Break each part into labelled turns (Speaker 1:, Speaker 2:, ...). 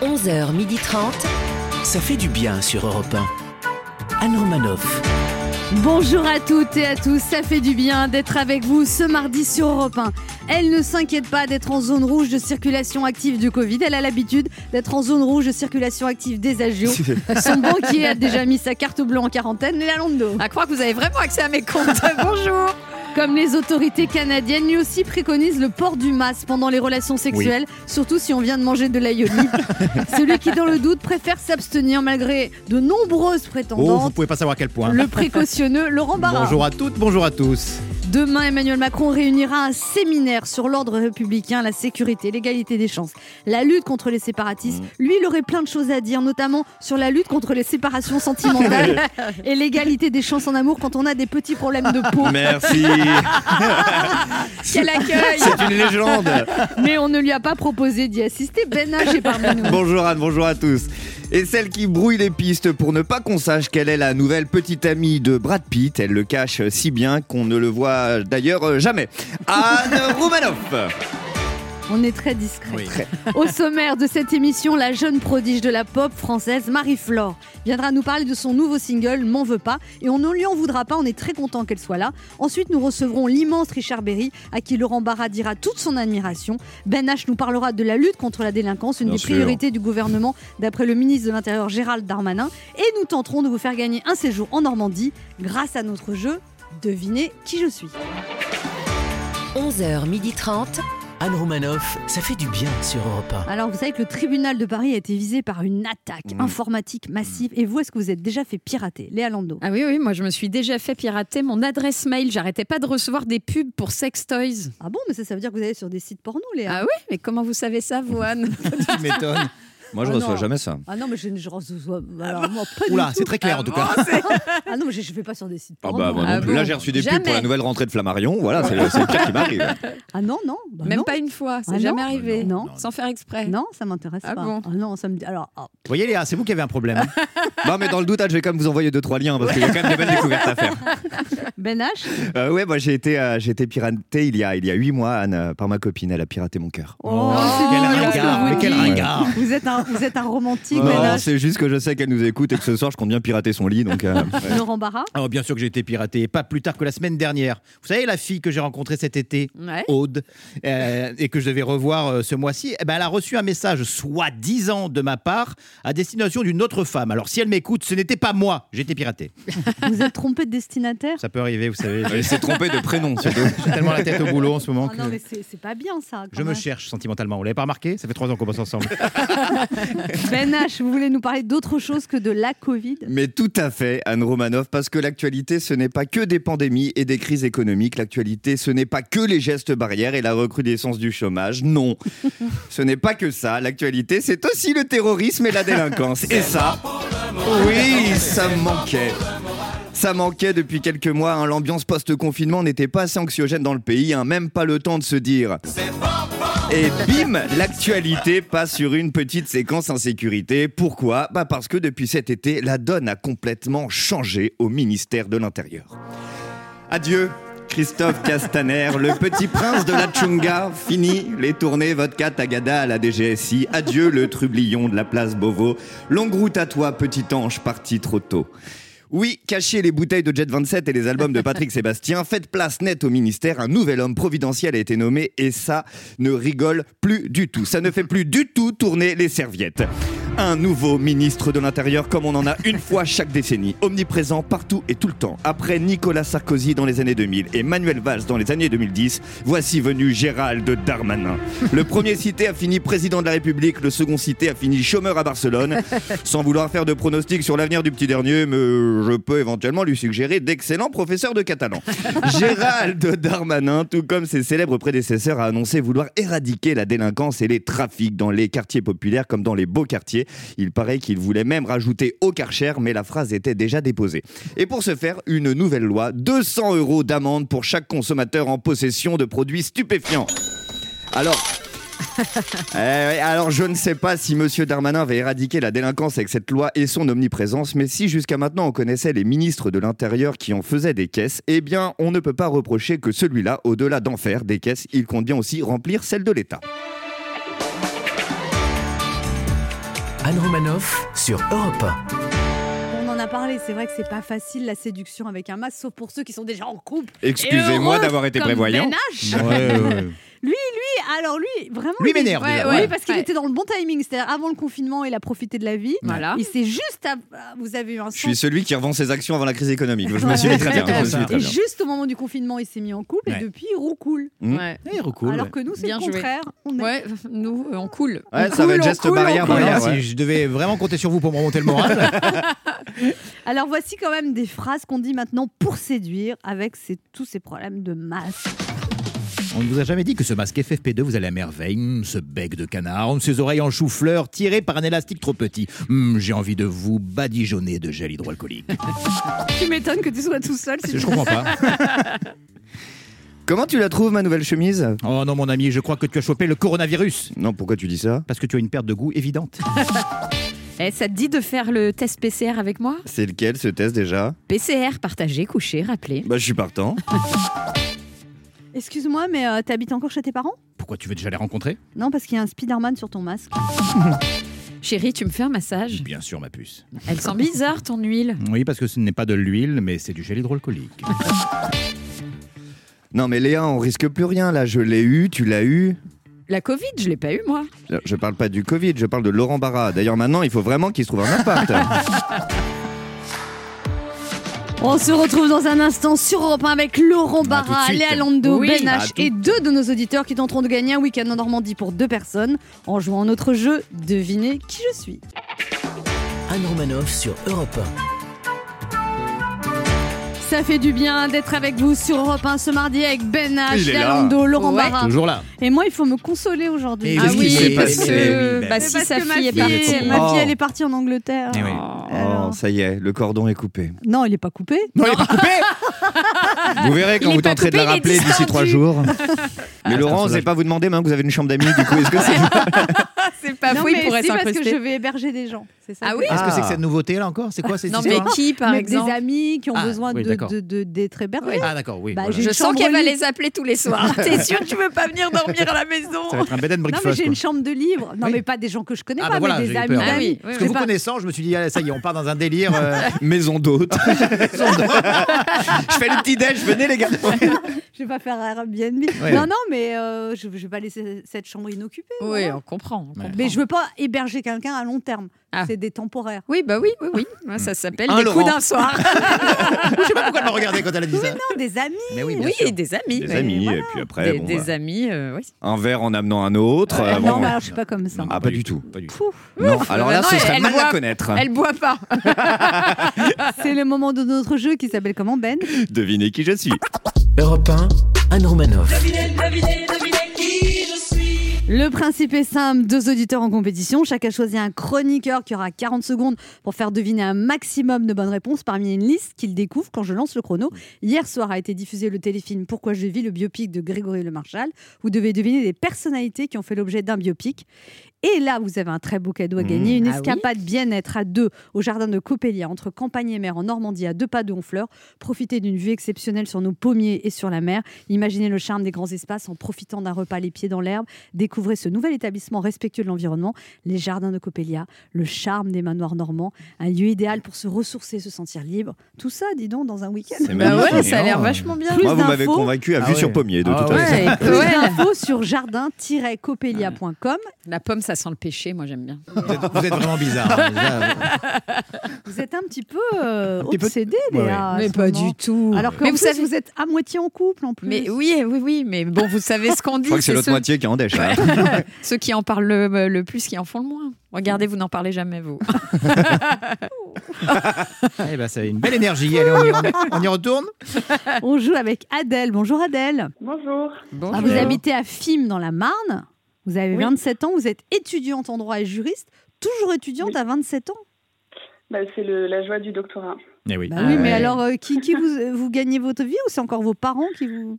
Speaker 1: 15h30.
Speaker 2: Ça fait du bien sur Europe 1. Anne Romanoff.
Speaker 3: Bonjour à toutes et à tous, ça fait du bien d'être avec vous ce mardi sur Europe 1. Elle ne s'inquiète pas d'être en zone rouge de circulation active du Covid, elle a l'habitude d'être en zone rouge de circulation active des agios. Son banquier a déjà mis sa carte bleue en quarantaine et la lampe d'eau.
Speaker 4: À croire que vous avez vraiment accès à mes comptes. Bonjour.
Speaker 3: Comme les autorités canadiennes, lui aussi préconise le port du masque pendant les relations sexuelles, surtout si on vient de manger de l'aïoli. Celui qui, dans le doute, préfère s'abstenir malgré de nombreuses
Speaker 5: Oh, vous
Speaker 3: prétendantes.
Speaker 5: pouvez pas savoir à quel point.
Speaker 3: Le précautionneux Laurent Barra.
Speaker 5: Bonjour à toutes, bonjour à tous.
Speaker 3: Demain, Emmanuel Macron réunira un séminaire sur l'ordre républicain, la sécurité, l'égalité des chances, la lutte contre les
Speaker 5: Mm.
Speaker 3: séparatistes. Lui, il aurait plein de choses à dire, notamment sur la lutte contre les séparations sentimentales et l'égalité des chances en amour quand on a des petits problèmes de peau.
Speaker 5: Merci.
Speaker 4: Quel accueil.
Speaker 5: C'est une légende.
Speaker 3: Mais on ne lui a pas proposé d'y assister. Ben H est parmi nous.
Speaker 5: Bonjour Anne, bonjour à tous. Et celle qui brouille les pistes pour ne pas qu'on sache qu'elle est la nouvelle petite amie de Brad Pitt, elle le cache si bien qu'on ne le voit d'ailleurs euh, jamais. Anne Roumanoff.
Speaker 3: On est très discret.
Speaker 5: Oui.
Speaker 3: Au sommaire de cette émission, la jeune prodige de la pop française Marie-Flore viendra nous parler de son nouveau single M'en veux pas et on ne lui en voudra pas, on est très content qu'elle soit là. Ensuite, nous recevrons l'immense Richard Berry à qui Laurent Barra dira toute son admiration. Ben H nous parlera de la lutte contre la délinquance, une
Speaker 5: Bien
Speaker 3: des
Speaker 5: sûr.
Speaker 3: priorités du gouvernement d'après le ministre de l'Intérieur Gérald Darmanin et nous tenterons de vous faire gagner un séjour en Normandie grâce à notre jeu Devinez qui je suis.
Speaker 1: 11h30.
Speaker 2: Anne Romanoff, ça fait du bien sur Europe 1.
Speaker 3: Alors, vous savez que le tribunal de Paris a été visé par une attaque informatique massive. Et vous, est-ce que vous êtes déjà fait pirater Léa Lando
Speaker 4: Ah oui, oui, moi je me suis déjà fait pirater mon adresse mail. J'arrêtais pas de recevoir des pubs pour Sex Toys.
Speaker 3: Ah bon, mais ça, ça veut dire que vous allez sur des sites porno, Léa
Speaker 4: Ah oui, mais comment vous savez ça, vous, Anne
Speaker 5: Tu m'étonnes. Moi,
Speaker 3: je Oh reçois non. jamais
Speaker 5: ça.
Speaker 3: Ah non, mais je ne je reçois alors, moi, pas du
Speaker 5: Oula,
Speaker 3: tout.
Speaker 5: c'est très clair en tout cas.
Speaker 3: Ah non, mais je ne vais pas sur des sites
Speaker 5: Ah
Speaker 3: porno.
Speaker 5: bah, moi non
Speaker 4: Ah
Speaker 5: plus.
Speaker 4: bon
Speaker 5: Là, j'ai reçu des pubs pour
Speaker 4: Jamais.
Speaker 5: la nouvelle rentrée de Flammarion. Voilà, c'est le, c'est le pire qui m'arrive.
Speaker 3: Ah non, non. bah
Speaker 4: Même
Speaker 3: non.
Speaker 4: pas une fois, c'est
Speaker 3: Ah non.
Speaker 4: jamais arrivé.
Speaker 3: Non.
Speaker 4: Sans faire exprès.
Speaker 3: Non, ça m'intéresse
Speaker 4: Ah
Speaker 3: pas.
Speaker 4: bon
Speaker 3: ah non, ça me dit- Alors, ah,
Speaker 6: Vous voyez Léa, c'est vous qui avez un problème.
Speaker 5: Non, mais dans le doute, Anne, je vais quand même vous envoyer deux trois liens parce qu'il y a quand même des belles découvertes à faire.
Speaker 3: Ben H
Speaker 5: Euh, ouais, moi j'ai été, euh, j'ai été piraté il y a il y a huit mois, Anne, euh, par ma copine. Elle a piraté mon cœur.
Speaker 3: Oh, c'est
Speaker 6: quel
Speaker 3: mignon ce que
Speaker 6: ringard,
Speaker 3: vous
Speaker 6: mais quel
Speaker 3: dites.
Speaker 6: ringard.
Speaker 3: vous êtes, un, vous êtes un romantique,
Speaker 5: Non,
Speaker 3: Ben H.
Speaker 5: Oh, c'est juste que je sais qu'elle nous écoute et que ce soir je compte bien pirater son lit. Donc, euh, ouais.
Speaker 3: Laurent Barra
Speaker 6: Ah, bien sûr que j'ai été piraté, pas plus tard que la semaine dernière. Vous savez, la fille que j'ai rencontrée cet été,
Speaker 4: Ouais.
Speaker 2: Oh,
Speaker 6: Aude, euh, et que je devais revoir euh, ce mois-ci, eh ben, elle a reçu un message soi-disant de ma part à destination d'une autre femme. Alors si elle m'écoute, ce n'était pas moi, j'ai été piraté.
Speaker 3: Vous êtes trompé de destinataire
Speaker 6: Ça peut arriver, vous savez.
Speaker 5: Elle s'est trompée de prénom surtout.
Speaker 6: J'ai tellement la tête au boulot en ce moment
Speaker 3: Ah
Speaker 6: que
Speaker 5: euh,
Speaker 3: non, mais c'est c'est pas bien ça. quand
Speaker 6: je me
Speaker 3: même.
Speaker 6: cherche sentimentalement. Vous l'avez pas remarqué Ça fait trois ans qu'on bosse ensemble.
Speaker 3: Ben H, vous voulez nous parler d'autre chose que de la Covid
Speaker 5: Mais tout à fait, Anne Romanoff, parce que l'actualité, ce n'est pas que des pandémies et des crises économiques. L'actualité, ce n'est pas que les gestes barrières et la recrudescence du chômage. Non, ce n'est pas que ça. L'actualité, c'est aussi le terrorisme et la délinquance. Et ça, oui, ça me manquait. Ça manquait depuis quelques mois. hein. L'ambiance post-confinement n'était pas assez anxiogène dans le pays. hein. Même pas le temps de se dire. Et bim, l'actualité passe sur une petite séquence insécurité. Pourquoi bah Parce que depuis cet été, la donne a complètement changé au ministère de l'Intérieur. Adieu Christophe Castaner, le petit prince de la Tchunga, fini les tournées vodka tagada à la DGSI. Adieu le trublion de la place Beauvau. Longue route à toi, petit ange, parti trop tôt. Oui, cachez les bouteilles de Jet 27 et les albums de Patrick Sébastien. Faites place nette au ministère. Un nouvel homme providentiel a été nommé et ça ne rigole plus du tout. Ça ne fait plus du tout tourner les serviettes. Un nouveau ministre de l'Intérieur comme on en a une fois chaque décennie. Omniprésent partout et tout le temps. Après Nicolas Sarkozy dans les années 2000 et Manuel Valls dans les années 2010, voici venu Gérald Darmanin. Le premier cité a fini président de la République, le second cité a fini chômeur à Barcelone. Sans vouloir faire de pronostics sur l'avenir du petit dernier, mais je peux éventuellement lui suggérer d'excellents professeurs de catalan. Gérald Darmanin, tout comme ses célèbres prédécesseurs, a annoncé vouloir éradiquer la délinquance et les trafics dans les quartiers populaires comme dans les beaux quartiers. Il paraît qu'il voulait même rajouter au Karcher, mais la phrase était déjà déposée. Et pour ce faire, une nouvelle loi 200 euros d'amende pour chaque consommateur en possession de produits stupéfiants. Alors. Eh oui, alors je ne sais pas si Monsieur Darmanin va éradiquer la délinquance avec cette loi et son omniprésence, mais si jusqu'à maintenant on connaissait les ministres de l'Intérieur qui en faisaient des caisses, eh bien on ne peut pas reprocher que celui-là, au-delà d'en faire des caisses, il compte bien aussi remplir celle de l'État.
Speaker 2: Anne Romanoff sur Europe 1.
Speaker 3: On en a parlé, c'est vrai que c'est pas facile la séduction avec un masque, sauf pour ceux qui sont déjà en couple.
Speaker 5: Excusez-moi
Speaker 4: Et heureux
Speaker 5: d'avoir été
Speaker 4: comme
Speaker 5: prévoyant.
Speaker 4: Ben H.
Speaker 3: Lui, lui, alors lui, vraiment.
Speaker 6: Lui m'énerve, déjà,
Speaker 3: oui,
Speaker 4: ouais.
Speaker 3: parce qu'il
Speaker 4: Ouais.
Speaker 3: était dans le bon timing. C'est-à-dire avant le confinement, il a profité de la vie.
Speaker 4: Voilà.
Speaker 3: Il s'est juste. à- Vous avez eu un
Speaker 5: Je suis
Speaker 3: sens.
Speaker 5: celui qui revend ses actions avant la crise économique. Je me suis très bien. je me suis très
Speaker 3: Et
Speaker 5: bien.
Speaker 3: juste au moment du confinement, il s'est mis en couple
Speaker 6: Ouais.
Speaker 3: et depuis, il roucoule.
Speaker 5: Mm.
Speaker 4: Ouais.
Speaker 3: Alors que nous, c'est
Speaker 4: Bien
Speaker 3: le
Speaker 4: joué.
Speaker 3: contraire. On est-
Speaker 4: Ouais, nous, euh, on coule.
Speaker 5: Ouais,
Speaker 3: on
Speaker 5: ça va
Speaker 3: coule,
Speaker 5: être
Speaker 3: on
Speaker 5: geste
Speaker 3: coule, on
Speaker 5: barrière,
Speaker 3: coule.
Speaker 5: barrière.
Speaker 6: Voilà,
Speaker 5: ouais.
Speaker 6: Si je devais vraiment compter sur vous pour me remonter le moral.
Speaker 3: Alors voici quand même des phrases qu'on dit maintenant pour séduire avec ces- tous ces problèmes de masse.
Speaker 6: on ne vous a jamais dit que ce masque FFP2 vous allez à merveille. Hum, ce bec de canard, hum, ces oreilles en chou-fleur tirées par un élastique trop petit. Hum, J'ai envie de vous badigeonner de gel hydroalcoolique.
Speaker 3: Tu m'étonnes que tu sois tout seul. si
Speaker 6: Ah, je comprends pas.
Speaker 5: Comment tu la trouves, ma nouvelle chemise
Speaker 6: Oh non, mon ami, je crois que tu as chopé le coronavirus.
Speaker 5: Non, pourquoi tu dis ça
Speaker 6: Parce que tu as une perte de goût évidente.
Speaker 4: Eh, ça te dit de faire le test PCR avec moi
Speaker 5: C'est lequel ce test déjà
Speaker 4: PCR, partagé, couché, rappelé.
Speaker 5: Bah, je suis partant.
Speaker 3: Excuse-moi, mais euh, t'habites encore chez tes parents
Speaker 6: Pourquoi tu veux déjà les rencontrer
Speaker 3: Non, parce qu'il y a un Spider-Man sur ton masque.
Speaker 4: Chérie, tu me fais un massage
Speaker 6: Bien sûr, ma puce.
Speaker 4: Elle sent bizarre ton huile.
Speaker 6: Oui, parce que ce n'est pas de l'huile, mais c'est du gel hydroalcoolique.
Speaker 5: Non, mais Léa, on risque plus rien là. Je l'ai eu, tu l'as eu.
Speaker 4: La Covid, je l'ai pas eu moi.
Speaker 5: Je parle pas du Covid, je parle de Laurent Barra. D'ailleurs, maintenant, il faut vraiment qu'il se trouve un appart.
Speaker 3: On se retrouve dans un instant sur Europe 1 avec Laurent
Speaker 6: tout
Speaker 3: Barra,
Speaker 6: de suite.
Speaker 3: Léa Lando,
Speaker 4: Oui.
Speaker 3: Ben
Speaker 5: À
Speaker 3: H et deux de nos auditeurs qui tenteront de gagner un week-end en Normandie pour deux personnes en jouant à notre jeu Devinez qui je suis.
Speaker 2: Anne Romanoff sur Europe
Speaker 3: Ça fait du bien d'être avec vous sur Europe 1 ce mardi avec Ben H,
Speaker 5: Il est
Speaker 3: Léa
Speaker 5: là.
Speaker 3: Lando, Laurent
Speaker 4: Ouais.
Speaker 3: Barra.
Speaker 6: Toujours là.
Speaker 3: Et moi, il faut me consoler aujourd'hui.
Speaker 6: Et Ah qu'est-ce oui, qui s'est
Speaker 4: parce
Speaker 5: passé
Speaker 4: que-
Speaker 6: Oui, ben
Speaker 4: bah,
Speaker 6: oui.
Speaker 4: si
Speaker 3: Parce
Speaker 4: sa
Speaker 3: que ma
Speaker 4: fille est
Speaker 3: fille,
Speaker 4: partie.
Speaker 5: elle-
Speaker 3: ma
Speaker 5: Oh.
Speaker 3: fille, elle est partie en Angleterre.
Speaker 6: Eh oui.
Speaker 4: Ah
Speaker 5: Oh,
Speaker 3: Alors-
Speaker 5: ça y est, le cordon est coupé.
Speaker 3: Non, il est pas coupé.
Speaker 6: Non, il est pas coupé
Speaker 5: Vous verrez quand
Speaker 4: Il est
Speaker 5: vous
Speaker 4: pas
Speaker 5: tenterez de la
Speaker 4: coupé, il
Speaker 5: rappeler
Speaker 4: est
Speaker 5: d'ici
Speaker 4: distendu.
Speaker 5: trois jours. Mais Laurent,
Speaker 6: personnage.
Speaker 5: vous n'allez pas vous demander maintenant que vous avez une chambre d'amis, du coup, est-ce que c'est.
Speaker 4: C'est pas
Speaker 3: non,
Speaker 4: fou, il
Speaker 3: mais
Speaker 4: pourrait
Speaker 3: si, parce que je
Speaker 4: s'incruster.
Speaker 3: vais héberger des gens. C'est ça
Speaker 4: Ah
Speaker 3: que-
Speaker 4: oui
Speaker 6: Qu'est-ce que
Speaker 5: Ah.
Speaker 6: c'est que cette nouveauté là encore C'est quoi cette
Speaker 4: Non, mais
Speaker 6: histoire
Speaker 4: qui par
Speaker 3: Mais
Speaker 4: exemple
Speaker 3: des amis qui ont
Speaker 6: Ah,
Speaker 3: besoin
Speaker 6: oui,
Speaker 3: de,
Speaker 6: d'accord.
Speaker 3: de, de- d'être hébergés.
Speaker 6: Ah d'accord, oui.
Speaker 3: Bah,
Speaker 6: voilà.
Speaker 3: j'ai-
Speaker 4: Je
Speaker 3: une
Speaker 4: sens
Speaker 3: chambre
Speaker 4: qu'elle va
Speaker 3: libre.
Speaker 4: les appeler tous les soirs. T'es sûr que tu veux pas venir dormir à la maison
Speaker 6: Ça va être un bed and
Speaker 3: Non, mais
Speaker 6: breakfast.
Speaker 3: j'ai
Speaker 6: quoi.
Speaker 3: une chambre de libre. Non,
Speaker 6: Oui.
Speaker 3: mais pas des gens que je connais
Speaker 6: Ah,
Speaker 3: pas,
Speaker 6: bah voilà,
Speaker 3: mais
Speaker 6: j'ai eu
Speaker 3: des amis.
Speaker 6: peur.
Speaker 4: Ah oui,
Speaker 3: d'amis.
Speaker 4: oui,
Speaker 6: Parce que
Speaker 4: oui.
Speaker 6: vous
Speaker 3: pas-
Speaker 6: connaissant, je me suis dit, allez, ça y est, on part dans un délire. euh,
Speaker 5: Maison d'hôte. je fais le petit déj, venez les gars.
Speaker 3: Je vais pas faire Airbnb.
Speaker 6: Ouais.
Speaker 3: Non, non, mais euh, je, je vais pas laisser cette chambre inoccupée.
Speaker 4: Oui,
Speaker 3: voilà.
Speaker 4: on comprend. on
Speaker 6: Ouais.
Speaker 4: comprend.
Speaker 3: Mais je veux pas héberger quelqu'un à long terme.
Speaker 4: Ah.
Speaker 3: C'est des temporaires. Ah
Speaker 4: Oui, bah oui, oui, oui. Moi, Ça s'appelle
Speaker 5: Un
Speaker 4: des
Speaker 5: Laurent.
Speaker 4: coups d'un soir.
Speaker 6: je sais pas pourquoi elle m'a regardé quand elle a dit ça.
Speaker 3: Non, des amis.
Speaker 6: Mais oui, bien
Speaker 4: Oui,
Speaker 6: sûr.
Speaker 4: des amis.
Speaker 5: Des
Speaker 4: ouais.
Speaker 5: amis, et puis après,
Speaker 4: Des,
Speaker 5: bon,
Speaker 4: des
Speaker 5: bah,
Speaker 4: amis, Ah, bah, euh, oui.
Speaker 5: un verre en amenant un autre. euh,
Speaker 3: non,
Speaker 5: bon,
Speaker 3: mais alors je suis pas comme ça.
Speaker 6: Non,
Speaker 5: Ah, pas du tout.
Speaker 6: Pas du tout.
Speaker 3: Pouf.
Speaker 5: Non, alors là,
Speaker 4: non,
Speaker 5: ce
Speaker 4: elle-
Speaker 5: serait
Speaker 4: elle
Speaker 5: mal à
Speaker 4: voit-
Speaker 5: connaître.
Speaker 4: Elle boit pas.
Speaker 3: C'est le moment de notre jeu qui s'appelle comment Ben
Speaker 5: Devinez qui je suis.
Speaker 2: 1. Europe 1, Anne Romanoff.
Speaker 3: Le principe est simple, deux auditeurs en compétition, chacun choisit un chroniqueur qui aura 40 secondes pour faire deviner un maximum de bonnes réponses parmi une liste qu'il découvre quand je lance le chrono. Hier soir a été diffusé le téléfilm Pourquoi je vis, le biopic de Grégory Le Marchal. Vous devez deviner des personnalités qui ont fait l'objet d'un biopic. Et là, vous avez un très beau cadeau à gagner, une
Speaker 4: Ah oui.
Speaker 3: escapade bien-être à deux au jardin de Coppelia, entre campagne et mer en Normandie, à deux pas de Honfleur. Profitez d'une vue exceptionnelle sur nos pommiers et sur la mer. Imaginez le charme des grands espaces en profitant d'un repas les pieds dans l'herbe. Découvrez ce nouvel établissement respectueux de l'environnement, les jardins de Coppelia, le charme des manoirs normands, un lieu idéal pour se ressourcer, se sentir libre. Tout ça, dis donc, dans un week-end.
Speaker 5: C'est
Speaker 4: Bah ouais,
Speaker 5: magnifique.
Speaker 4: ça a l'air
Speaker 6: Non.
Speaker 4: vachement bien.
Speaker 3: Plus
Speaker 5: Moi, vous m'avez
Speaker 3: d'infos.
Speaker 5: convaincu à
Speaker 6: Ah
Speaker 5: vue sur
Speaker 6: ouais.
Speaker 5: pommier, de
Speaker 6: Ah
Speaker 5: toute
Speaker 6: ouais.
Speaker 5: façon.
Speaker 4: Ouais,
Speaker 3: Plus
Speaker 4: ouais, la-
Speaker 3: d'infos sur jardin-coppelia.com.
Speaker 4: Ah. La pomme, ça sent le péché, moi j'aime bien.
Speaker 6: Vous êtes- vous êtes vraiment bizarre. hein, déjà.
Speaker 3: Vous êtes un petit peu euh,
Speaker 6: Un petit peu-
Speaker 3: obsédé,
Speaker 6: Ouais, ouais.
Speaker 3: Léa. à ce moment.
Speaker 4: tout.
Speaker 3: Alors que
Speaker 4: mais
Speaker 3: vous,
Speaker 4: vous savez.
Speaker 3: vous êtes à moitié en couple en plus.
Speaker 4: Mais oui, oui, oui, mais bon, vous savez ce qu'on
Speaker 5: Je
Speaker 4: dit.
Speaker 5: crois que c'est l'autre
Speaker 4: ceux,
Speaker 5: moitié qui est en déche. hein.
Speaker 4: ceux qui en parlent le, euh, le plus qui en font le moins. Regardez, vous n'en parlez jamais, vous.
Speaker 6: Eh ben, c'est une belle énergie. Allez, on y, on y retourne
Speaker 3: On joue avec Adèle. Bonjour Adèle.
Speaker 1: Bonjour.
Speaker 4: Bon,
Speaker 3: Ah, vous habitez à Fimes dans la Marne. Vous avez
Speaker 1: Oui.
Speaker 3: 27 ans. Vous êtes étudiante en droit et juriste. Toujours étudiante à 27 ans.
Speaker 1: Bah, c'est le- la joie du doctorat.
Speaker 6: Eh oui.
Speaker 3: Bah
Speaker 4: Ah
Speaker 3: oui, mais
Speaker 4: ouais.
Speaker 3: alors euh, qui, qui vous, euh, vous gagnez votre vie ou c'est encore vos parents qui vous.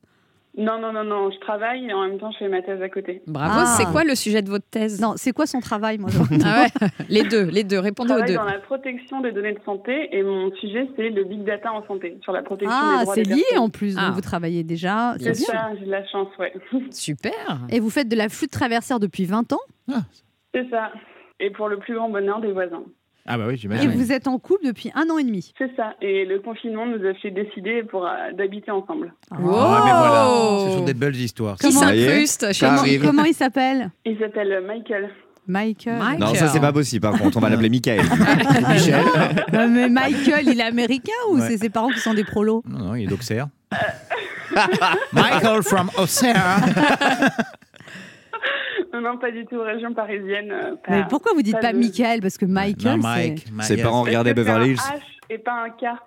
Speaker 1: Non, non, non, non, je travaille et en même temps, je fais ma thèse à côté.
Speaker 4: Bravo,
Speaker 3: Ah.
Speaker 4: c'est quoi le sujet de votre thèse
Speaker 3: Non, c'est quoi son travail, moi
Speaker 4: Ah ouais. Les deux, les deux,
Speaker 1: Je
Speaker 4: répondez aux
Speaker 1: travaille
Speaker 4: deux.
Speaker 1: dans la protection des données de santé et mon sujet, c'est le big data en santé, sur la protection des
Speaker 3: Ah,
Speaker 1: droits
Speaker 3: c'est
Speaker 1: des
Speaker 3: lié
Speaker 1: personnes.
Speaker 3: en plus.
Speaker 4: Ah.
Speaker 3: Donc vous travaillez déjà.
Speaker 1: C'est
Speaker 3: C'est bien.
Speaker 1: ça, j'ai de la chance, ouais.
Speaker 4: Super.
Speaker 3: Et vous faites de la flûte traversière depuis 20 ans.
Speaker 1: C'est ça. et pour le plus grand bonheur des voisins.
Speaker 6: Ah bah oui,
Speaker 3: Et
Speaker 6: j'imagine.
Speaker 3: vous êtes en couple depuis un an et demi.
Speaker 1: C'est ça. Et le confinement nous a fait décider pour euh, d'habiter ensemble.
Speaker 6: Ah, mais
Speaker 4: Oh
Speaker 6: voilà, ce sont des belles histoires.
Speaker 4: Qui
Speaker 3: Comment-
Speaker 4: s'incruste chez
Speaker 5: Ça
Speaker 4: moi
Speaker 5: arrive.
Speaker 3: Comment il s'appelle
Speaker 1: Il s'appelle Michael.
Speaker 3: Michael.
Speaker 4: Mike.
Speaker 5: Non, ça c'est pas possible par contre, on va l'appeler Michael.
Speaker 6: Michel
Speaker 3: Non, mais Michael, il est américain ou
Speaker 6: Ouais.
Speaker 3: c'est ses parents qui sont des prolos
Speaker 6: Non, non, il est d'Auxerre. Michael from Auxerre.
Speaker 1: Non, non, pas du tout région parisienne. euh, pas-
Speaker 3: Mais pourquoi vous dites
Speaker 1: pas
Speaker 3: pas
Speaker 1: de-
Speaker 3: Michael Parce que
Speaker 6: Non,
Speaker 3: Michael, c'est.
Speaker 6: Bah, Mike. Mike, Ah,
Speaker 5: Ses
Speaker 6: yes.
Speaker 5: parents
Speaker 1: Parce que
Speaker 5: regardaient
Speaker 1: c'est
Speaker 5: Beverly Hills.
Speaker 1: Un H et pas un K.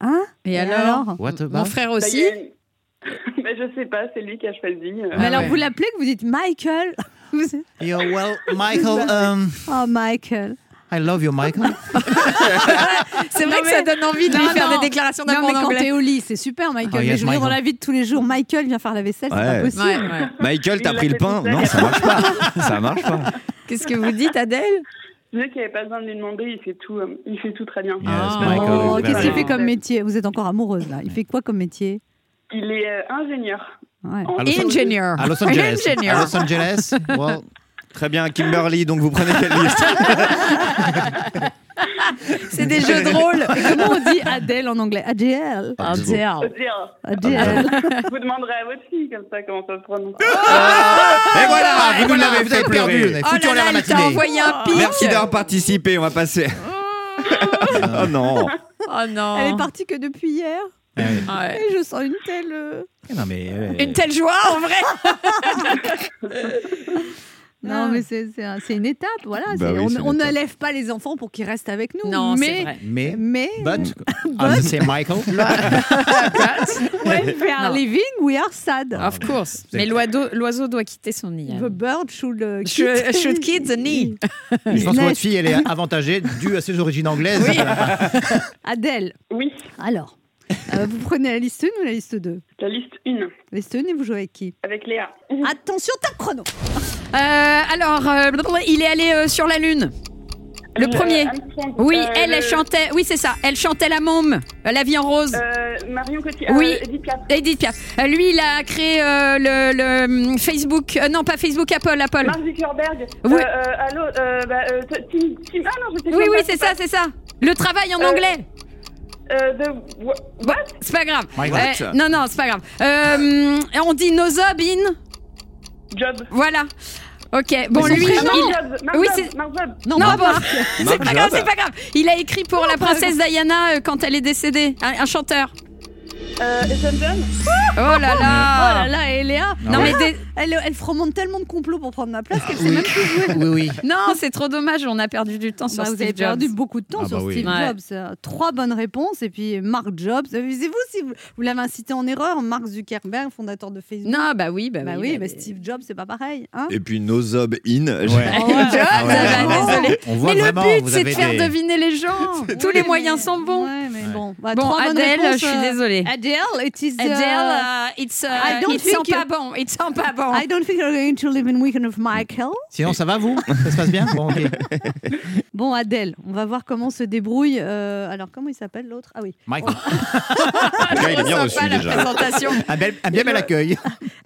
Speaker 3: Hein
Speaker 4: Et,
Speaker 3: Et
Speaker 4: alors,
Speaker 3: alors
Speaker 6: What about-
Speaker 4: Mon frère
Speaker 1: Bah, il
Speaker 4: aussi
Speaker 1: y a une- Bah, je sais pas, c'est lui qui a choisi. euh.
Speaker 3: Mais alors,
Speaker 4: ouais.
Speaker 3: vous l'appelez que vous dites Michael Vous-
Speaker 6: You're well, Michael. um,
Speaker 3: Oh, Michael.
Speaker 6: I love you, Michael.
Speaker 4: C'est vrai
Speaker 3: Non,
Speaker 4: que ça donne envie de
Speaker 3: Non,
Speaker 4: lui faire
Speaker 3: non.
Speaker 4: des déclarations
Speaker 3: Non,
Speaker 4: d'amour
Speaker 3: mais
Speaker 4: en
Speaker 3: quand
Speaker 4: anglais.
Speaker 3: t'es au lit, c'est super, Michael.
Speaker 6: Oh,
Speaker 3: mais
Speaker 6: yes,
Speaker 3: je veux dire, dans
Speaker 6: Michael.
Speaker 3: la vie de tous les jours, Michael vient faire la vaisselle,
Speaker 5: Ah, Ouais.
Speaker 3: c'est pas possible.
Speaker 4: Ouais, ouais.
Speaker 5: Michael,
Speaker 1: Il
Speaker 5: t'as
Speaker 1: l'a
Speaker 5: pris
Speaker 1: fait
Speaker 5: le pain
Speaker 1: tout seul.
Speaker 5: Non, ça marche pas. Ça marche pas.
Speaker 4: Qu'est-ce que vous dites, Adèle
Speaker 1: Je sais qu'il n'y avait pas besoin de lui demander, il fait tout, euh, il fait tout très bien.
Speaker 6: Yes,
Speaker 4: Oh,
Speaker 6: Michael.
Speaker 3: Oh,
Speaker 6: is
Speaker 3: Qu'est-ce
Speaker 6: very-
Speaker 3: qu'il fait comme métier Vous êtes encore amoureuse, là. Il fait quoi comme métier
Speaker 1: Il est euh, ingénieur.
Speaker 3: Ouais.
Speaker 1: En-
Speaker 6: Allô,
Speaker 4: Engineer.
Speaker 6: À Los Angeles.
Speaker 4: Engineer.
Speaker 6: À Los Angeles. Well,
Speaker 5: Très bien, Kimberly, donc vous prenez quelle liste
Speaker 4: C'est des jeux de rôle.
Speaker 3: Et comment on dit Adèle en anglais ADL.
Speaker 1: Je veux dire,
Speaker 3: ADL.
Speaker 1: vous demanderez à votre fille comme ça comment ça se prononce.
Speaker 4: Ah,
Speaker 6: Et voilà,
Speaker 5: Et
Speaker 6: vous nous
Speaker 5: voilà,
Speaker 6: l'avez
Speaker 5: vous
Speaker 6: fait
Speaker 5: avez
Speaker 6: perdu.
Speaker 5: perdu.
Speaker 6: On a
Speaker 4: Oh
Speaker 6: foutu en
Speaker 4: là
Speaker 6: l'air
Speaker 4: là,
Speaker 6: la
Speaker 4: elle t'a
Speaker 6: matinée.
Speaker 4: envoyé un pic.
Speaker 5: Merci d'avoir participé, on va passer.
Speaker 6: Ah
Speaker 5: oh non
Speaker 4: Oh non.
Speaker 3: Elle est partie que depuis hier.
Speaker 5: Ah
Speaker 6: Eh oui.
Speaker 4: Ouais.
Speaker 3: Et je sens une telle. euh,
Speaker 6: Non, mais, euh,
Speaker 4: Une telle joie, en vrai.
Speaker 3: Non, mais c'est c'est un- c'est une étape, voilà.
Speaker 5: Bah
Speaker 3: c'est-
Speaker 5: oui, c'est
Speaker 3: on on
Speaker 5: une étape.
Speaker 3: n'élève pas les enfants pour qu'ils restent avec nous.
Speaker 4: Non, c'est
Speaker 3: mais,
Speaker 4: vrai.
Speaker 6: mais,
Speaker 3: mais
Speaker 6: but, as they say Michael,
Speaker 3: when we are
Speaker 4: Non.
Speaker 3: living, we are sad.
Speaker 4: Of course. Mais l'oiseau l'oiseau doit quitter son nid.
Speaker 3: The bird should, euh,
Speaker 4: Should-
Speaker 3: quit-
Speaker 4: should quit the knee.
Speaker 6: je pense que
Speaker 3: Nest.
Speaker 6: votre fille, elle est avantagée due à ses origines anglaises.
Speaker 4: Oui.
Speaker 3: Adèle,
Speaker 1: Oui,
Speaker 3: alors, euh, vous prenez la liste 1 ou la liste 2
Speaker 1: la liste 1,
Speaker 3: La liste 1 et vous jouez avec qui
Speaker 1: avec Léa.
Speaker 3: Attention, top chrono
Speaker 4: Euh, alors, euh, il est allé euh, sur la lune. Le
Speaker 1: Euh,
Speaker 4: premier.
Speaker 1: Armstrong.
Speaker 4: Oui,
Speaker 1: Euh,
Speaker 4: elle, elle
Speaker 1: le-
Speaker 4: chantait. Oui, c'est ça. Elle chantait la môme, euh, la vie en rose.
Speaker 1: Euh, Marion Cotillard.
Speaker 4: Oui.
Speaker 1: euh, Edith Piaf.
Speaker 4: Edith Piaf. Euh, lui, il a créé euh, le, le, hum, Facebook. euh, non, pas Facebook, Apple, Apple.
Speaker 1: Mark Zuckerberg.
Speaker 4: Oui.
Speaker 1: Euh, euh, allô, euh, bah, euh, Tim, Tim- Ah non, je sais
Speaker 4: Oui,
Speaker 1: pas,
Speaker 4: oui,
Speaker 1: je sais
Speaker 4: c'est
Speaker 1: pas.
Speaker 4: ça, c'est ça. Le travail en
Speaker 1: Euh,
Speaker 4: anglais.
Speaker 1: Euh, the- wha-
Speaker 4: Bon, c'est pas grave.
Speaker 6: My
Speaker 5: God.
Speaker 4: Euh, non, non, c'est pas grave. Euh, hum, on dit Nozob in.
Speaker 1: Job.
Speaker 4: Voilà. Ok. Bon,
Speaker 5: Mais son
Speaker 4: lui,
Speaker 1: Ah,
Speaker 5: prénom.
Speaker 4: il-
Speaker 1: Job. Mark
Speaker 4: Oui,
Speaker 1: Job,
Speaker 4: c'est-
Speaker 1: Mark Job.
Speaker 4: Non,
Speaker 3: Marc
Speaker 4: bon, c'est pas
Speaker 5: Marc
Speaker 4: grave,
Speaker 5: Job.
Speaker 4: c'est pas grave. Il a écrit pour la princesse Diana euh, quand elle est décédée, un, un chanteur.
Speaker 1: Euh, Elton John.
Speaker 4: Oh là
Speaker 3: Oh là
Speaker 4: là.
Speaker 3: là, et Léa
Speaker 4: Non Ah. mais des-
Speaker 3: elle, elle fomente tellement de complots pour prendre ma place qu'elle sait
Speaker 6: Oui.
Speaker 3: même plus jouer.
Speaker 6: oui, oui.
Speaker 4: non, c'est trop dommage. On a perdu du temps sur
Speaker 3: Bah, vous
Speaker 4: Steve
Speaker 3: avez
Speaker 4: Jobs.
Speaker 3: perdu beaucoup de temps
Speaker 6: Ah
Speaker 3: sur
Speaker 6: bah oui.
Speaker 3: Steve
Speaker 4: Ouais.
Speaker 3: Jobs. Euh, Trois bonnes réponses et puis Mark Jobs. Visez-vous si vous, vous l'avez incité en erreur, Mark Zuckerberg, fondateur de Facebook.
Speaker 4: Non, bah oui, bah,
Speaker 3: bah
Speaker 4: oui,
Speaker 3: oui,
Speaker 4: bah
Speaker 3: mais Steve Jobs, c'est pas pareil. Hein
Speaker 5: Et puis Nozob In.
Speaker 6: Ouais.
Speaker 4: Steve Jobs,
Speaker 6: Ah ouais,
Speaker 4: ah bah,
Speaker 6: vraiment.
Speaker 4: désolé.
Speaker 6: On voit
Speaker 4: mais
Speaker 6: vraiment,
Speaker 4: le but,
Speaker 6: vous
Speaker 4: c'est de
Speaker 6: avez
Speaker 4: faire
Speaker 6: des-
Speaker 4: deviner les gens. Tous les
Speaker 3: Ouais,
Speaker 4: moyens
Speaker 3: mais-
Speaker 4: sont bons.
Speaker 3: Ouais, mais
Speaker 6: Ouais.
Speaker 3: bon, Bah,
Speaker 4: Bon,
Speaker 3: trois bonnes
Speaker 4: Adèle,
Speaker 3: réponses,
Speaker 4: je suis
Speaker 3: euh,
Speaker 4: désolée.
Speaker 3: Adele, it is. uh,
Speaker 4: Adele, euh, it's, uh,
Speaker 3: I don't
Speaker 4: it
Speaker 3: think
Speaker 4: sent
Speaker 3: you-
Speaker 4: pas bon. It sent pas bon.
Speaker 3: I don't think you're going to live in Weekend of Michael.
Speaker 6: Sinon, ça va, vous Ça se passe bien Bon, ok.
Speaker 3: Bon, Adèle, on va voir comment se débrouille. euh, alors, comment il s'appelle l'autre Ah oui.
Speaker 6: Michael.
Speaker 5: Le gars, il est bien
Speaker 4: Sympa,
Speaker 5: reçu
Speaker 4: la
Speaker 5: déjà.
Speaker 4: présentation.
Speaker 6: Un, bel, un bien bel accueil.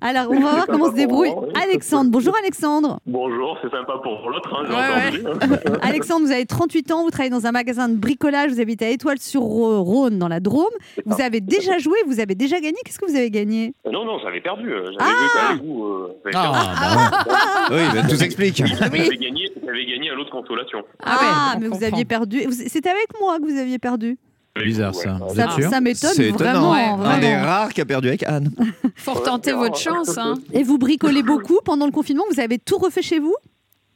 Speaker 3: Alors, on va voir comment se débrouille Alexandre. Bonjour, Alexandre.
Speaker 7: Bonjour, c'est sympa pour l'autre, hein, j'ai
Speaker 4: Ouais,
Speaker 7: entendu. hein.
Speaker 3: Alexandre, vous avez 38 ans, vous travaillez dans un magasin de bricolage, vous habitez à Étoile-sur-Rhône, dans la Drôme. Vous avez déjà joué, vous avez déjà gagné. Qu'est-ce que vous avez gagné
Speaker 7: Non, non, j'avais perdu. euh, J'avais
Speaker 3: Ah
Speaker 7: vu quand vous. euh, j'avais
Speaker 6: Ah,
Speaker 5: Oui, bah, tout s'explique.
Speaker 7: perdu. J'avais gagné, j'avais gagné à l'autre consolation.
Speaker 4: Ah ouais, on
Speaker 3: mais vous
Speaker 4: comprend.
Speaker 3: aviez perdu. Vous- C'était avec moi que vous aviez perdu.
Speaker 6: bah, bizarre ça. Vous
Speaker 3: Ça,
Speaker 6: êtes sûr
Speaker 3: ça m'étonne
Speaker 5: C'est étonnant.
Speaker 3: vraiment.
Speaker 4: Ouais.
Speaker 5: Un des
Speaker 3: vraiment.
Speaker 5: rares qui a perdu avec Anne.
Speaker 4: Faut retenter votre chance. Hein.
Speaker 3: Et vous bricolez beaucoup pendant le confinement. Vous avez tout refait chez vous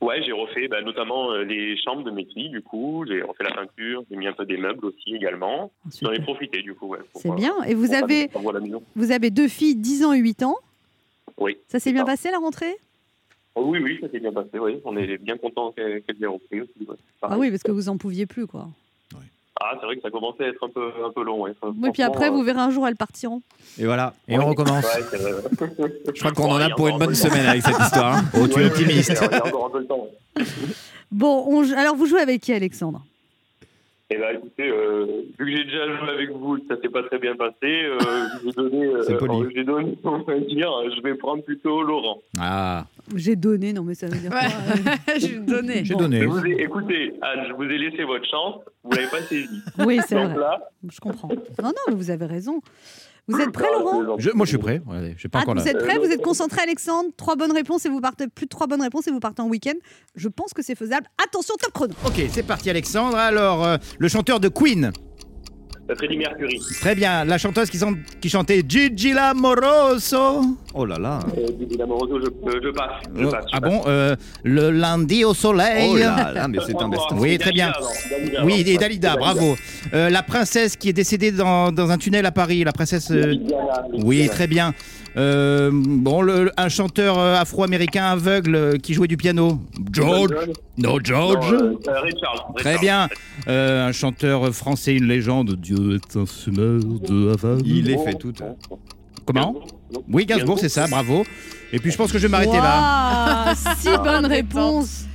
Speaker 7: Ouais, j'ai refait bah, notamment euh, les chambres de mes filles, du coup. J'ai refait la peinture, j'ai mis un peu des meubles aussi également. J'en ai profité, du coup. Ouais, pour,
Speaker 3: Ah, C'est
Speaker 7: euh,
Speaker 3: bien. Et vous
Speaker 7: pour faire
Speaker 3: avez,
Speaker 7: des travaux à la maison.
Speaker 3: vous avez deux filles, 10 ans et 8 ans.
Speaker 7: Oui.
Speaker 3: Ça s'est bien
Speaker 7: ça.
Speaker 3: passé la rentrée
Speaker 7: Oh, oui, oui, ça s'est bien passé. Oui. On est bien content qu'elle qu'elle ait repris aussi. ouais.
Speaker 3: Ah oui, parce que vous en pouviez plus, quoi.
Speaker 7: Ah, c'est vrai que ça commençait à être un peu, un peu long. Ouais.
Speaker 3: Oui, puis
Speaker 7: Franchement,
Speaker 3: après,
Speaker 7: euh,
Speaker 3: vous verrez un jour, elles partiront.
Speaker 5: Et voilà.
Speaker 6: Et on recommence.
Speaker 7: ouais, c'est vrai, ouais.
Speaker 5: Je crois qu'on en
Speaker 7: Ouais,
Speaker 5: a
Speaker 7: il y
Speaker 5: pour
Speaker 7: encore
Speaker 5: une
Speaker 7: un
Speaker 5: bonne
Speaker 7: peu de temps.
Speaker 5: semaine avec cette histoire. hein.
Speaker 6: Oh, tu es
Speaker 7: Ouais,
Speaker 6: optimiste.
Speaker 7: ouais, ouais, Il y a encore un peu le temps.
Speaker 3: Bon, on- alors vous jouez avec qui, Alexandre
Speaker 7: Eh ben, écoutez, euh, vu que j'ai déjà joué avec vous, que ça s'est pas très bien passé, euh, j'ai donné, euh,
Speaker 6: C'est poli.
Speaker 7: j'ai donné, on va dire, je vais prendre plutôt Laurent.
Speaker 6: Ah,
Speaker 3: J'ai donné, non mais ça veut dire quoi euh,
Speaker 4: je vais donner.
Speaker 6: j'ai
Speaker 7: Je
Speaker 6: donné.
Speaker 7: vous ai- écoutez, Anne, je vous ai laissé votre chance, vous l'avez pas saisie.
Speaker 3: Oui, c'est
Speaker 7: Donc
Speaker 3: vrai.
Speaker 7: là,
Speaker 3: Je comprends. Non, non, mais vous avez raison. Vous êtes prêt,
Speaker 7: ah,
Speaker 3: Laurent
Speaker 7: c'est gentil.
Speaker 6: Bah, Je- moi, je suis prêt. Regardez, je sais pas
Speaker 3: Ah,
Speaker 6: encore
Speaker 3: vous
Speaker 6: là.
Speaker 3: êtes prêt Vous êtes concentré, Alexandre Trois bonnes réponses et vous partez. Plus de trois bonnes réponses et vous partez en week-end. Je pense que c'est faisable. Attention, top chrono.
Speaker 6: Euh, Ok, c'est parti, Alexandre. Alors, euh, le chanteur de Queen.
Speaker 7: Freddie Mercury,
Speaker 6: Très bien. La chanteuse qui, sont- qui chantait Gigi Lamoroso.
Speaker 5: Oh là là.
Speaker 7: euh, Didi Lamoroso, je, euh, je passe. Je
Speaker 6: Euh,
Speaker 7: passe je
Speaker 6: ah
Speaker 7: passe.
Speaker 6: bon euh, Le lundi au soleil.
Speaker 5: Oh là là, mais c'est un
Speaker 7: Prends-moi.
Speaker 5: best-of.
Speaker 6: Oui, très bien.
Speaker 7: Dalida, alors, Dalida,
Speaker 6: Oui,
Speaker 7: alors.
Speaker 6: et Dalida, bravo. Euh, la princesse qui est décédée dans, dans un tunnel à Paris, la princesse... euh,
Speaker 7: Dalida, Dalida.
Speaker 6: Oui, très bien. Euh, bon, le- le- un chanteur euh, afro-américain aveugle euh, qui jouait du piano. George No, George
Speaker 7: Non, euh, euh, Richard.
Speaker 6: Très
Speaker 7: Richard.
Speaker 6: bien. Euh, un chanteur français, une légende. Dieu est un fumeur de Havane.
Speaker 5: Il les fait toutes.
Speaker 6: Comment Oui, Gainsbourg, c'est ça, bravo. Et puis je pense que je vais m'arrêter là.
Speaker 3: là. Six bonnes réponses. Ah,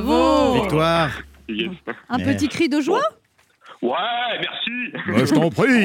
Speaker 3: Bravo.
Speaker 6: Victoire.
Speaker 3: Un
Speaker 6: Mais-
Speaker 3: petit cri de joie
Speaker 7: Ouais, merci.
Speaker 6: Bah, je t'en prie.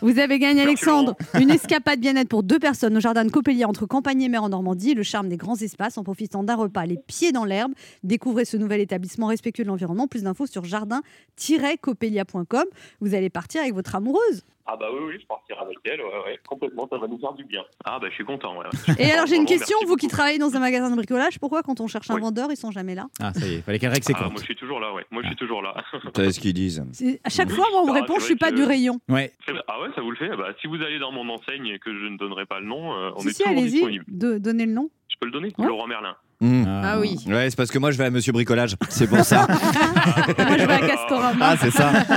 Speaker 3: Vous avez gagné,
Speaker 7: Merci,
Speaker 3: Alexandre, une escapade bien-être pour deux personnes au jardin de Copelier entre campagne et mer en Normandie. Le charme des grands espaces en profitant d'un repas, les pieds dans l'herbe. Découvrez ce nouvel établissement respectueux de l'environnement. Plus d'infos sur jardin-copelia.com. Vous allez partir avec votre amoureuse.
Speaker 7: Ah bah oui, oui, je partirai avec elle, ouais, ouais, complètement, ça va nous faire du bien. Ah bah je suis content, ouais.
Speaker 3: Et alors, j'ai une question.
Speaker 7: Merci
Speaker 3: Vous qui travaillez dans un magasin de bricolage, pourquoi quand on cherche un
Speaker 7: Oui.
Speaker 3: vendeur, ils sont jamais là
Speaker 6: Ah, ça y est, fallait qu'elle règle ses
Speaker 7: Ah, moi
Speaker 6: comptes.
Speaker 7: je suis toujours là, ouais. Moi je suis toujours là.
Speaker 5: Tu sais ce qu'ils disent.
Speaker 3: C'est- À chaque fois, moi, on me
Speaker 7: Ah,
Speaker 3: répond,
Speaker 7: c'est
Speaker 3: je suis
Speaker 7: vrai
Speaker 3: pas
Speaker 7: que-
Speaker 3: du rayon.
Speaker 6: Ouais.
Speaker 7: Ah ouais, ça vous le fait Bah si vous allez dans mon enseigne et que je ne donnerai pas le nom, euh, on
Speaker 3: Si,
Speaker 7: est
Speaker 3: si,
Speaker 7: toujours
Speaker 3: allez-y,
Speaker 7: disponible.
Speaker 3: de- donnez le nom.
Speaker 7: Je peux le donner
Speaker 3: Ouais.
Speaker 7: Laurent Merlin.
Speaker 5: Mm.
Speaker 4: Ah oui.
Speaker 5: Ouais, c'est parce que moi je vais à Monsieur Bricolage. C'est pour ça.
Speaker 3: Moi, je vais à Castorama.
Speaker 5: Ah, c'est ça.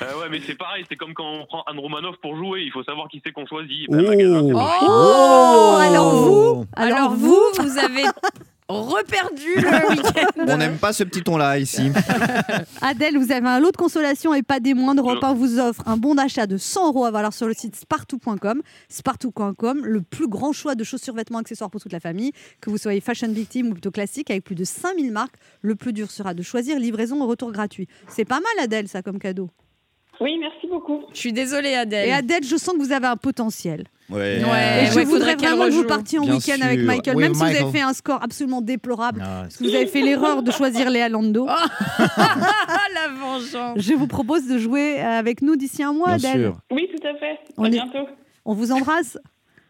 Speaker 7: Euh, ouais, mais c'est pareil, c'est comme quand on prend Anne Romanov pour jouer, il faut savoir qui c'est qu'on choisit.
Speaker 6: Oh.
Speaker 7: Bah, magasin, c'est pareil.
Speaker 3: Oh, alors vous
Speaker 4: Alors,
Speaker 3: Alors
Speaker 4: vous,
Speaker 3: vous
Speaker 4: vous avez reperdu le week-end.
Speaker 5: On n'aime pas ce petit ton-là ici.
Speaker 3: Adèle, vous avez un lot de consolation et pas des moindres.
Speaker 7: Je-
Speaker 3: Repas vous offre un bon d'achat de 100 euros à valoir sur le site spartou.com. Spartou.com, le plus grand choix de chaussures, vêtements, accessoires pour toute la famille. Que vous soyez fashion victime ou plutôt classique, avec plus de 5000 marques, le plus dur sera de choisir livraison au retour gratuit. C'est pas mal, Adèle, ça, comme cadeau.
Speaker 1: Oui, merci beaucoup.
Speaker 4: Je suis désolée,
Speaker 3: Et
Speaker 4: Adèle.
Speaker 3: Adèle, je sens que vous avez un potentiel.
Speaker 5: Ouais.
Speaker 4: Ouais.
Speaker 3: et je
Speaker 4: faudrait
Speaker 3: voudrais
Speaker 4: qu'elle
Speaker 3: vraiment que vous
Speaker 4: rejoue.
Speaker 3: partiez en
Speaker 5: Bien
Speaker 3: week-end
Speaker 5: sûr.
Speaker 3: avec Michael,
Speaker 6: Oui,
Speaker 3: même si vous
Speaker 6: Michael.
Speaker 3: avez fait un score absolument déplorable.
Speaker 6: Ah,
Speaker 3: Parce que vous avez fait l'erreur de choisir Léa Lando.
Speaker 4: Ah, la vengeance.
Speaker 3: Je vous propose de jouer avec nous d'ici un mois,
Speaker 5: Bien
Speaker 3: Adèle.
Speaker 5: sûr.
Speaker 1: Oui, tout à fait.
Speaker 3: On
Speaker 1: à
Speaker 3: est-
Speaker 1: bientôt.
Speaker 3: On vous embrasse.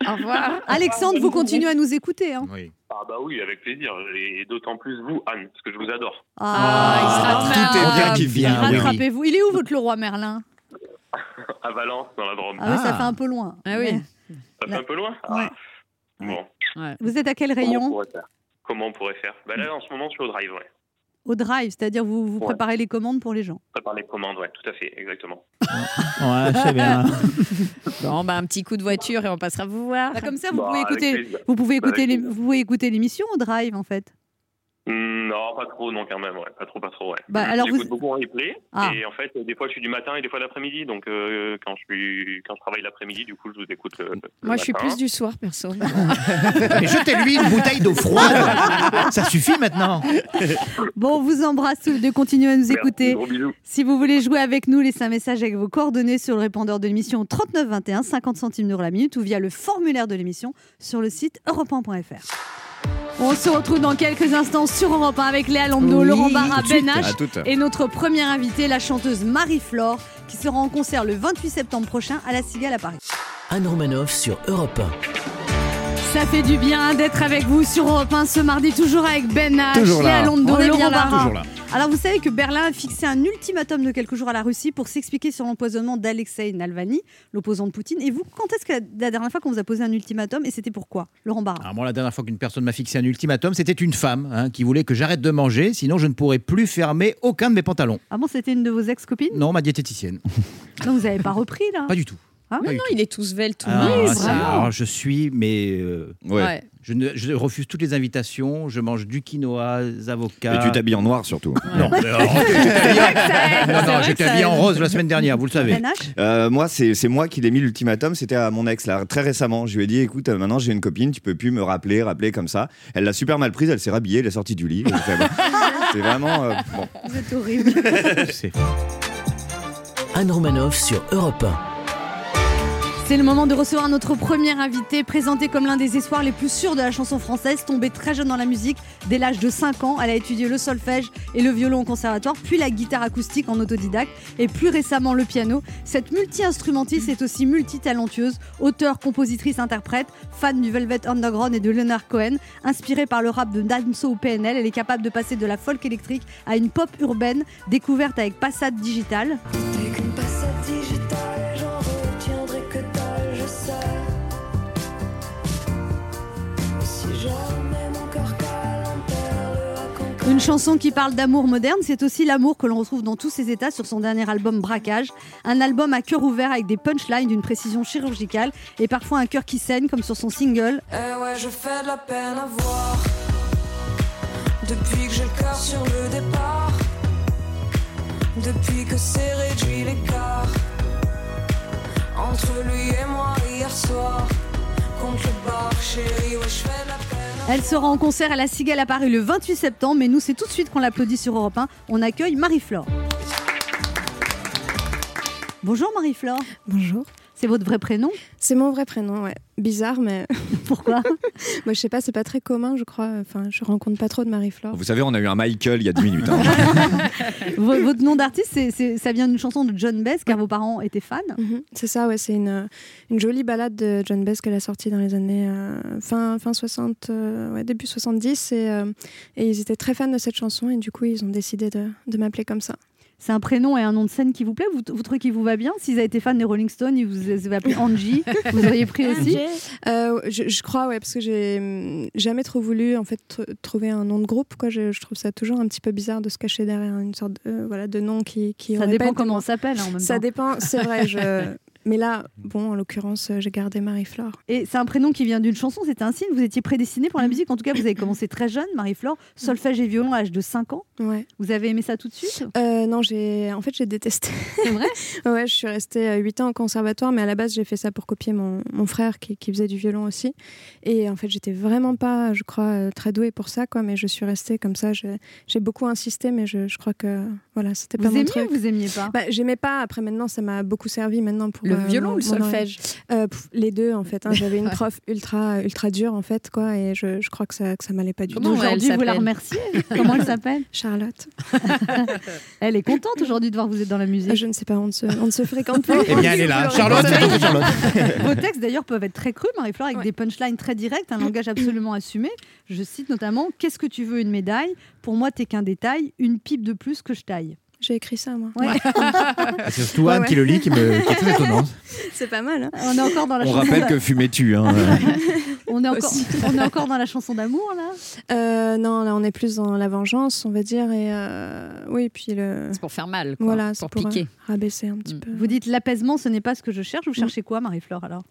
Speaker 4: Au revoir.
Speaker 3: Alexandre, vous continuez à nous écouter. hein.
Speaker 6: oui.
Speaker 7: Ah bah oui, avec plaisir. Et d'autant plus vous, Anne, parce que je vous adore.
Speaker 4: Ah, il se rattrape.
Speaker 5: Tout est bien qui vient. oui, oui.
Speaker 3: Rattrapez-vous. Il est où votre Leroy Merlin
Speaker 7: À Valence, dans la Drôme.
Speaker 3: ah, ouais, Ça
Speaker 6: Ah.
Speaker 3: fait un peu loin.
Speaker 4: Ah oui.
Speaker 3: Mais
Speaker 7: Ça fait
Speaker 3: là-
Speaker 7: un peu loin
Speaker 3: Ouais.
Speaker 7: Ah, Bon,
Speaker 3: Vous êtes à quel
Speaker 7: comment on
Speaker 3: rayon
Speaker 7: pourrait faire Comment on pourrait faire Bah là, en ce moment, je suis au drive, ouais.
Speaker 3: Au drive, c'est-à-dire vous, vous
Speaker 7: Ouais.
Speaker 3: préparez les commandes pour les gens.
Speaker 7: Prépare les commandes, ouais, tout à fait, exactement.
Speaker 6: Ouais, je sais bien.
Speaker 4: Bon, bah, un petit coup de voiture et on passera vous voir.
Speaker 3: Bah, comme ça, vous
Speaker 7: Bah,
Speaker 3: pouvez
Speaker 7: avec
Speaker 3: écouter.
Speaker 7: plaisir.
Speaker 3: Vous pouvez
Speaker 7: Bah,
Speaker 3: écouter,
Speaker 7: avec
Speaker 3: les-
Speaker 7: plaisir.
Speaker 3: vous pouvez écouter l'émission au drive en fait.
Speaker 7: Hmm, Non, pas trop, non, quand même, ouais. Pas trop, pas trop, ouais.
Speaker 3: Bah, alors
Speaker 7: J'écoute
Speaker 3: vous-
Speaker 7: beaucoup en replay.
Speaker 3: Ah.
Speaker 7: Et en fait, des fois, je suis du matin et des fois l'après-midi. Donc, euh, quand, je suis... quand je travaille l'après-midi, du coup, je vous écoute. le- le
Speaker 4: Moi, je suis
Speaker 7: matin.
Speaker 4: plus du soir, perso.
Speaker 6: Mais jetez-lui une bouteille d'eau froide. Ça suffit maintenant.
Speaker 3: Bon, on vous embrasse tous les deux. Continuez à nous
Speaker 7: Merci,
Speaker 3: écouter.
Speaker 7: Gros bisous.
Speaker 3: Si vous voulez jouer avec nous, laissez un message avec vos coordonnées sur le répondeur de l'émission 3921, 50 centimes d'euros la minute ou via le formulaire de l'émission sur le site europe 1.fr. On se retrouve dans quelques instants sur Europe 1 avec Léa Lando,
Speaker 4: Oui,
Speaker 3: Laurent Barra,
Speaker 6: tout de suite.
Speaker 3: Ben H
Speaker 5: À toutes.
Speaker 3: et notre première invitée, la chanteuse Marie-Flore, qui sera en concert le 28 septembre prochain à la Cigale à Paris.
Speaker 2: Anne Romanoff sur Europe
Speaker 3: Ça fait du bien d'être avec vous sur Europe 1 ce mardi, toujours avec Ben H,
Speaker 6: Toujours là.
Speaker 3: Léa Lando,
Speaker 4: On est bien
Speaker 3: Laurent
Speaker 4: là.
Speaker 3: Barra.
Speaker 6: Toujours là.
Speaker 3: Alors vous savez que Berlin a fixé un ultimatum de quelques jours à la Russie pour s'expliquer sur l'empoisonnement d'Alexei Navalny, l'opposant de Poutine. Et vous, quand est-ce que la, la dernière fois qu'on vous a posé un ultimatum et c'était pourquoi Laurent Barra
Speaker 6: Alors Ah, moi, la dernière fois qu'une personne m'a fixé un ultimatum, c'était une femme hein, qui voulait que j'arrête de manger, sinon je ne pourrais plus fermer aucun de mes pantalons.
Speaker 3: Ah bon, c'était une de vos ex-copines
Speaker 6: Non, ma diététicienne.
Speaker 3: Non, vous n'avez pas repris là
Speaker 6: Pas du tout.
Speaker 3: Hein
Speaker 6: Pas du
Speaker 4: Non,
Speaker 6: tout.
Speaker 4: il est tout svelte, tout
Speaker 6: Ah,
Speaker 4: mince.
Speaker 6: ça, alors, je suis, mais euh,
Speaker 5: Ouais.
Speaker 4: Ouais.
Speaker 6: je, ne- je refuse toutes les invitations. Je mange du quinoa, des avocats.
Speaker 5: Mais tu t'habilles en noir surtout.
Speaker 6: Non, mais alors, non, non, j'étais habillé en rose la semaine dernière, vous le savez.
Speaker 3: Ben H
Speaker 5: Euh, moi, c'est c'est moi qui l'ai mis l'ultimatum. C'était à mon ex, là, très récemment. Je lui ai dit, écoute, euh, maintenant j'ai une copine, tu peux plus me rappeler, rappeler comme ça. Elle l'a super mal prise, elle s'est rhabillée, elle est sortie du lit. J'ai fait, bon, C'est vraiment. euh, bon.
Speaker 3: Vous êtes horrible.
Speaker 6: C'est-
Speaker 2: Anne Romanoff sur Europe 1.
Speaker 3: C'est le moment de recevoir notre premier invité, présenté comme l'un des espoirs les plus sûrs de la chanson française, tombée très jeune dans la musique, dès l'âge de 5 ans. Elle a étudié le solfège et le violon au conservatoire, puis la guitare acoustique en autodidacte et plus récemment le piano. Cette multi-instrumentiste est aussi multitalentueuse, auteure, compositrice, interprète, fan du Velvet Underground et de Leonard Cohen. Inspirée par le rap de Damso au PNL, elle est capable de passer de la folk électrique à une pop urbaine, découverte avec Passade Digital. Une chanson qui parle d'amour moderne, c'est aussi l'amour que l'on retrouve dans tous ses états sur son dernier album Braquage. Un album à cœur ouvert avec des punchlines d'une précision chirurgicale et parfois un cœur qui saigne comme sur son single.
Speaker 8: Eh ouais, je fais de la peine à voir. Depuis que j'ai le cœur sur le départ. Depuis que c'est réduit l'écart. Entre lui et moi hier soir. Contre le bar, chérie, ouais, je fais de la peine.
Speaker 3: Elle sera en concert à la Cigale à Paris le 28 septembre, mais nous, c'est tout de suite qu'on l'applaudit sur Europe 1. On accueille Marie-Flore. Bonjour Marie-Flore.
Speaker 9: Bonjour.
Speaker 3: C'est votre vrai prénom
Speaker 9: C'est mon vrai prénom, ouais. Bizarre, mais.
Speaker 3: Pourquoi
Speaker 9: Moi, je sais pas, c'est pas très commun, je crois. Enfin, je rencontre pas trop de Marie-Flore.
Speaker 5: Vous savez, on a eu un Michael il y a 10 minutes. hein.
Speaker 3: V- votre nom d'artiste, c'est- c'est- ça vient d'une chanson de John Bess, car vos parents étaient fans.
Speaker 9: Mhm, C'est ça, ouais, c'est une, euh, une jolie balade de John Bess qu'elle a sortie dans les années euh, fin, fin 60, euh, ouais, début 70. Et, euh, et ils étaient très fans de cette chanson et du coup, ils ont décidé de, de m'appeler comme ça.
Speaker 3: C'est un prénom et un nom de scène qui vous plaît Vous, vous trouvez qu'il vous va bien S'ils avaient été fans des Rolling Stones, ils vous avaient appelé Angie, vous auriez pris aussi
Speaker 9: Euh, je, je crois, ouais, parce que j'ai hum, jamais trop voulu en fait tr- trouver un nom de groupe. Quoi. Je, je trouve ça toujours un petit peu bizarre de se cacher derrière une sorte de, euh, voilà, de nom qui, qui
Speaker 3: Ça
Speaker 9: aurait pas
Speaker 3: dépend
Speaker 9: été
Speaker 3: comment
Speaker 9: moi.
Speaker 3: on s'appelle hein, en même
Speaker 9: Ça
Speaker 3: temps.
Speaker 9: dépend, c'est vrai. Je... Mais là, bon, en l'occurrence, euh, j'ai gardé Marie-Flore. Mm.
Speaker 3: Et c'est un prénom qui vient d'une chanson, c'est un signe. Vous étiez prédestinée pour la musique. En tout cas, vous avez commencé très jeune, Marie-Flore, solfège et violon à l'âge de 5 ans.
Speaker 9: Ouais.
Speaker 3: Vous avez aimé ça tout de suite
Speaker 9: Euh, non, j'ai en fait j'ai détesté.
Speaker 3: C'est vrai
Speaker 9: ouais, je suis restée 8 ans au conservatoire, mais à la base j'ai fait ça pour copier mon, mon frère qui, qui faisait du violon aussi. Et en fait j'étais vraiment pas, je crois, euh, très douée pour ça, quoi. Mais je suis restée comme ça. J'ai j'ai beaucoup insisté, mais je, je crois que voilà, c'était pas
Speaker 3: Vous
Speaker 9: mon
Speaker 3: aimiez
Speaker 9: truc.
Speaker 3: ou vous aimiez pas
Speaker 9: Bah, J'aimais pas. Après maintenant, ça m'a beaucoup servi maintenant pour
Speaker 4: Le
Speaker 9: euh,
Speaker 4: violon
Speaker 9: mon-
Speaker 4: ou le
Speaker 9: mon oreille.
Speaker 4: solfège
Speaker 9: Euh, pff, Les deux en fait. hein. J'avais une prof ultra ultra dure en fait, quoi. Et je, je crois que ça que ça m'allait pas du tout.
Speaker 4: Comment elle
Speaker 3: Aujourd'hui, vous la
Speaker 4: s'appelle
Speaker 3: remerciez Comment elle s'appelle
Speaker 9: Charlotte,
Speaker 3: Elle est contente aujourd'hui de voir que vous êtes dans la
Speaker 9: Ah,
Speaker 3: musique.
Speaker 9: je ne sais pas, on ne se, on ne se fréquente plus.
Speaker 6: Eh bien, elle est là.
Speaker 9: Vous l'aurez
Speaker 6: Charlotte, bonjour, Charlotte.
Speaker 3: Vos textes d'ailleurs peuvent être très crus, Marie-Flore, avec
Speaker 9: Ouais. Mm.
Speaker 3: des punchlines très directes, un langage absolument assumé. Je cite notamment Qu'est-ce que tu veux une médaille Pour moi, t'es qu'un détail, une pipe de plus que je taille.
Speaker 9: J'ai écrit ça, moi.
Speaker 3: Ouais.
Speaker 6: Ah, C'est surtout
Speaker 9: Ouais,
Speaker 6: Anne
Speaker 9: ouais.
Speaker 6: qui le lit qui, me... qui est très étonnante.
Speaker 9: C'est pas mal, hein
Speaker 3: On est encore dans la
Speaker 5: On
Speaker 3: chanson.
Speaker 5: rappelle que fumais-tu. hein.
Speaker 3: On est encore,
Speaker 9: Aussi.
Speaker 3: on est encore dans la chanson d'amour là.
Speaker 9: Euh, Non, là, on est plus dans la vengeance, on va dire. Et euh, oui, puis le...
Speaker 4: C'est pour faire mal, quoi,
Speaker 9: Voilà, c'est
Speaker 4: pour piquer.
Speaker 9: euh, rabaisser un petit
Speaker 4: Mm.
Speaker 9: peu.
Speaker 3: Vous dites l'apaisement, ce n'est pas ce que je
Speaker 9: Mm.
Speaker 3: cherche. Vous cherchez quoi, Marie-Flore alors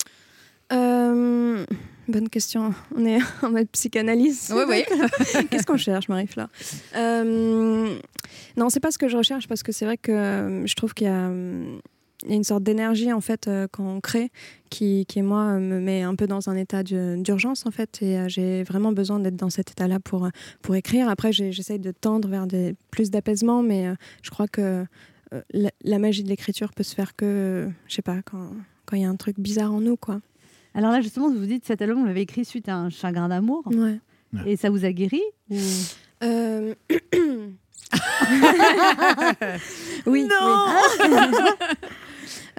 Speaker 9: Euh, bonne question. On est en mode psychanalyse.
Speaker 4: Oui, oui.
Speaker 9: Qu'est-ce qu'on cherche, Marie-Flore Euh, Non, c'est pas ce que je recherche parce que c'est vrai que euh, je trouve qu'il y a, euh, il y a une sorte d'énergie en fait euh, quand on crée qui, qui moi euh, me met un peu dans un état d'u- d'urgence en fait et euh, j'ai vraiment besoin d'être dans cet état-là pour euh, pour écrire. Après, j'ai- j'essaye de tendre vers des, plus d'apaisement, mais euh, je crois que euh, la, la magie de l'écriture peut se faire que euh, je sais pas quand quand il y a un truc bizarre en nous quoi.
Speaker 3: Alors là, justement, vous dites cet album, vous l'avez écrit suite à un chagrin d'amour,
Speaker 9: Ouais.
Speaker 3: et ça vous a guéri ou-
Speaker 9: Euh, oui. Non.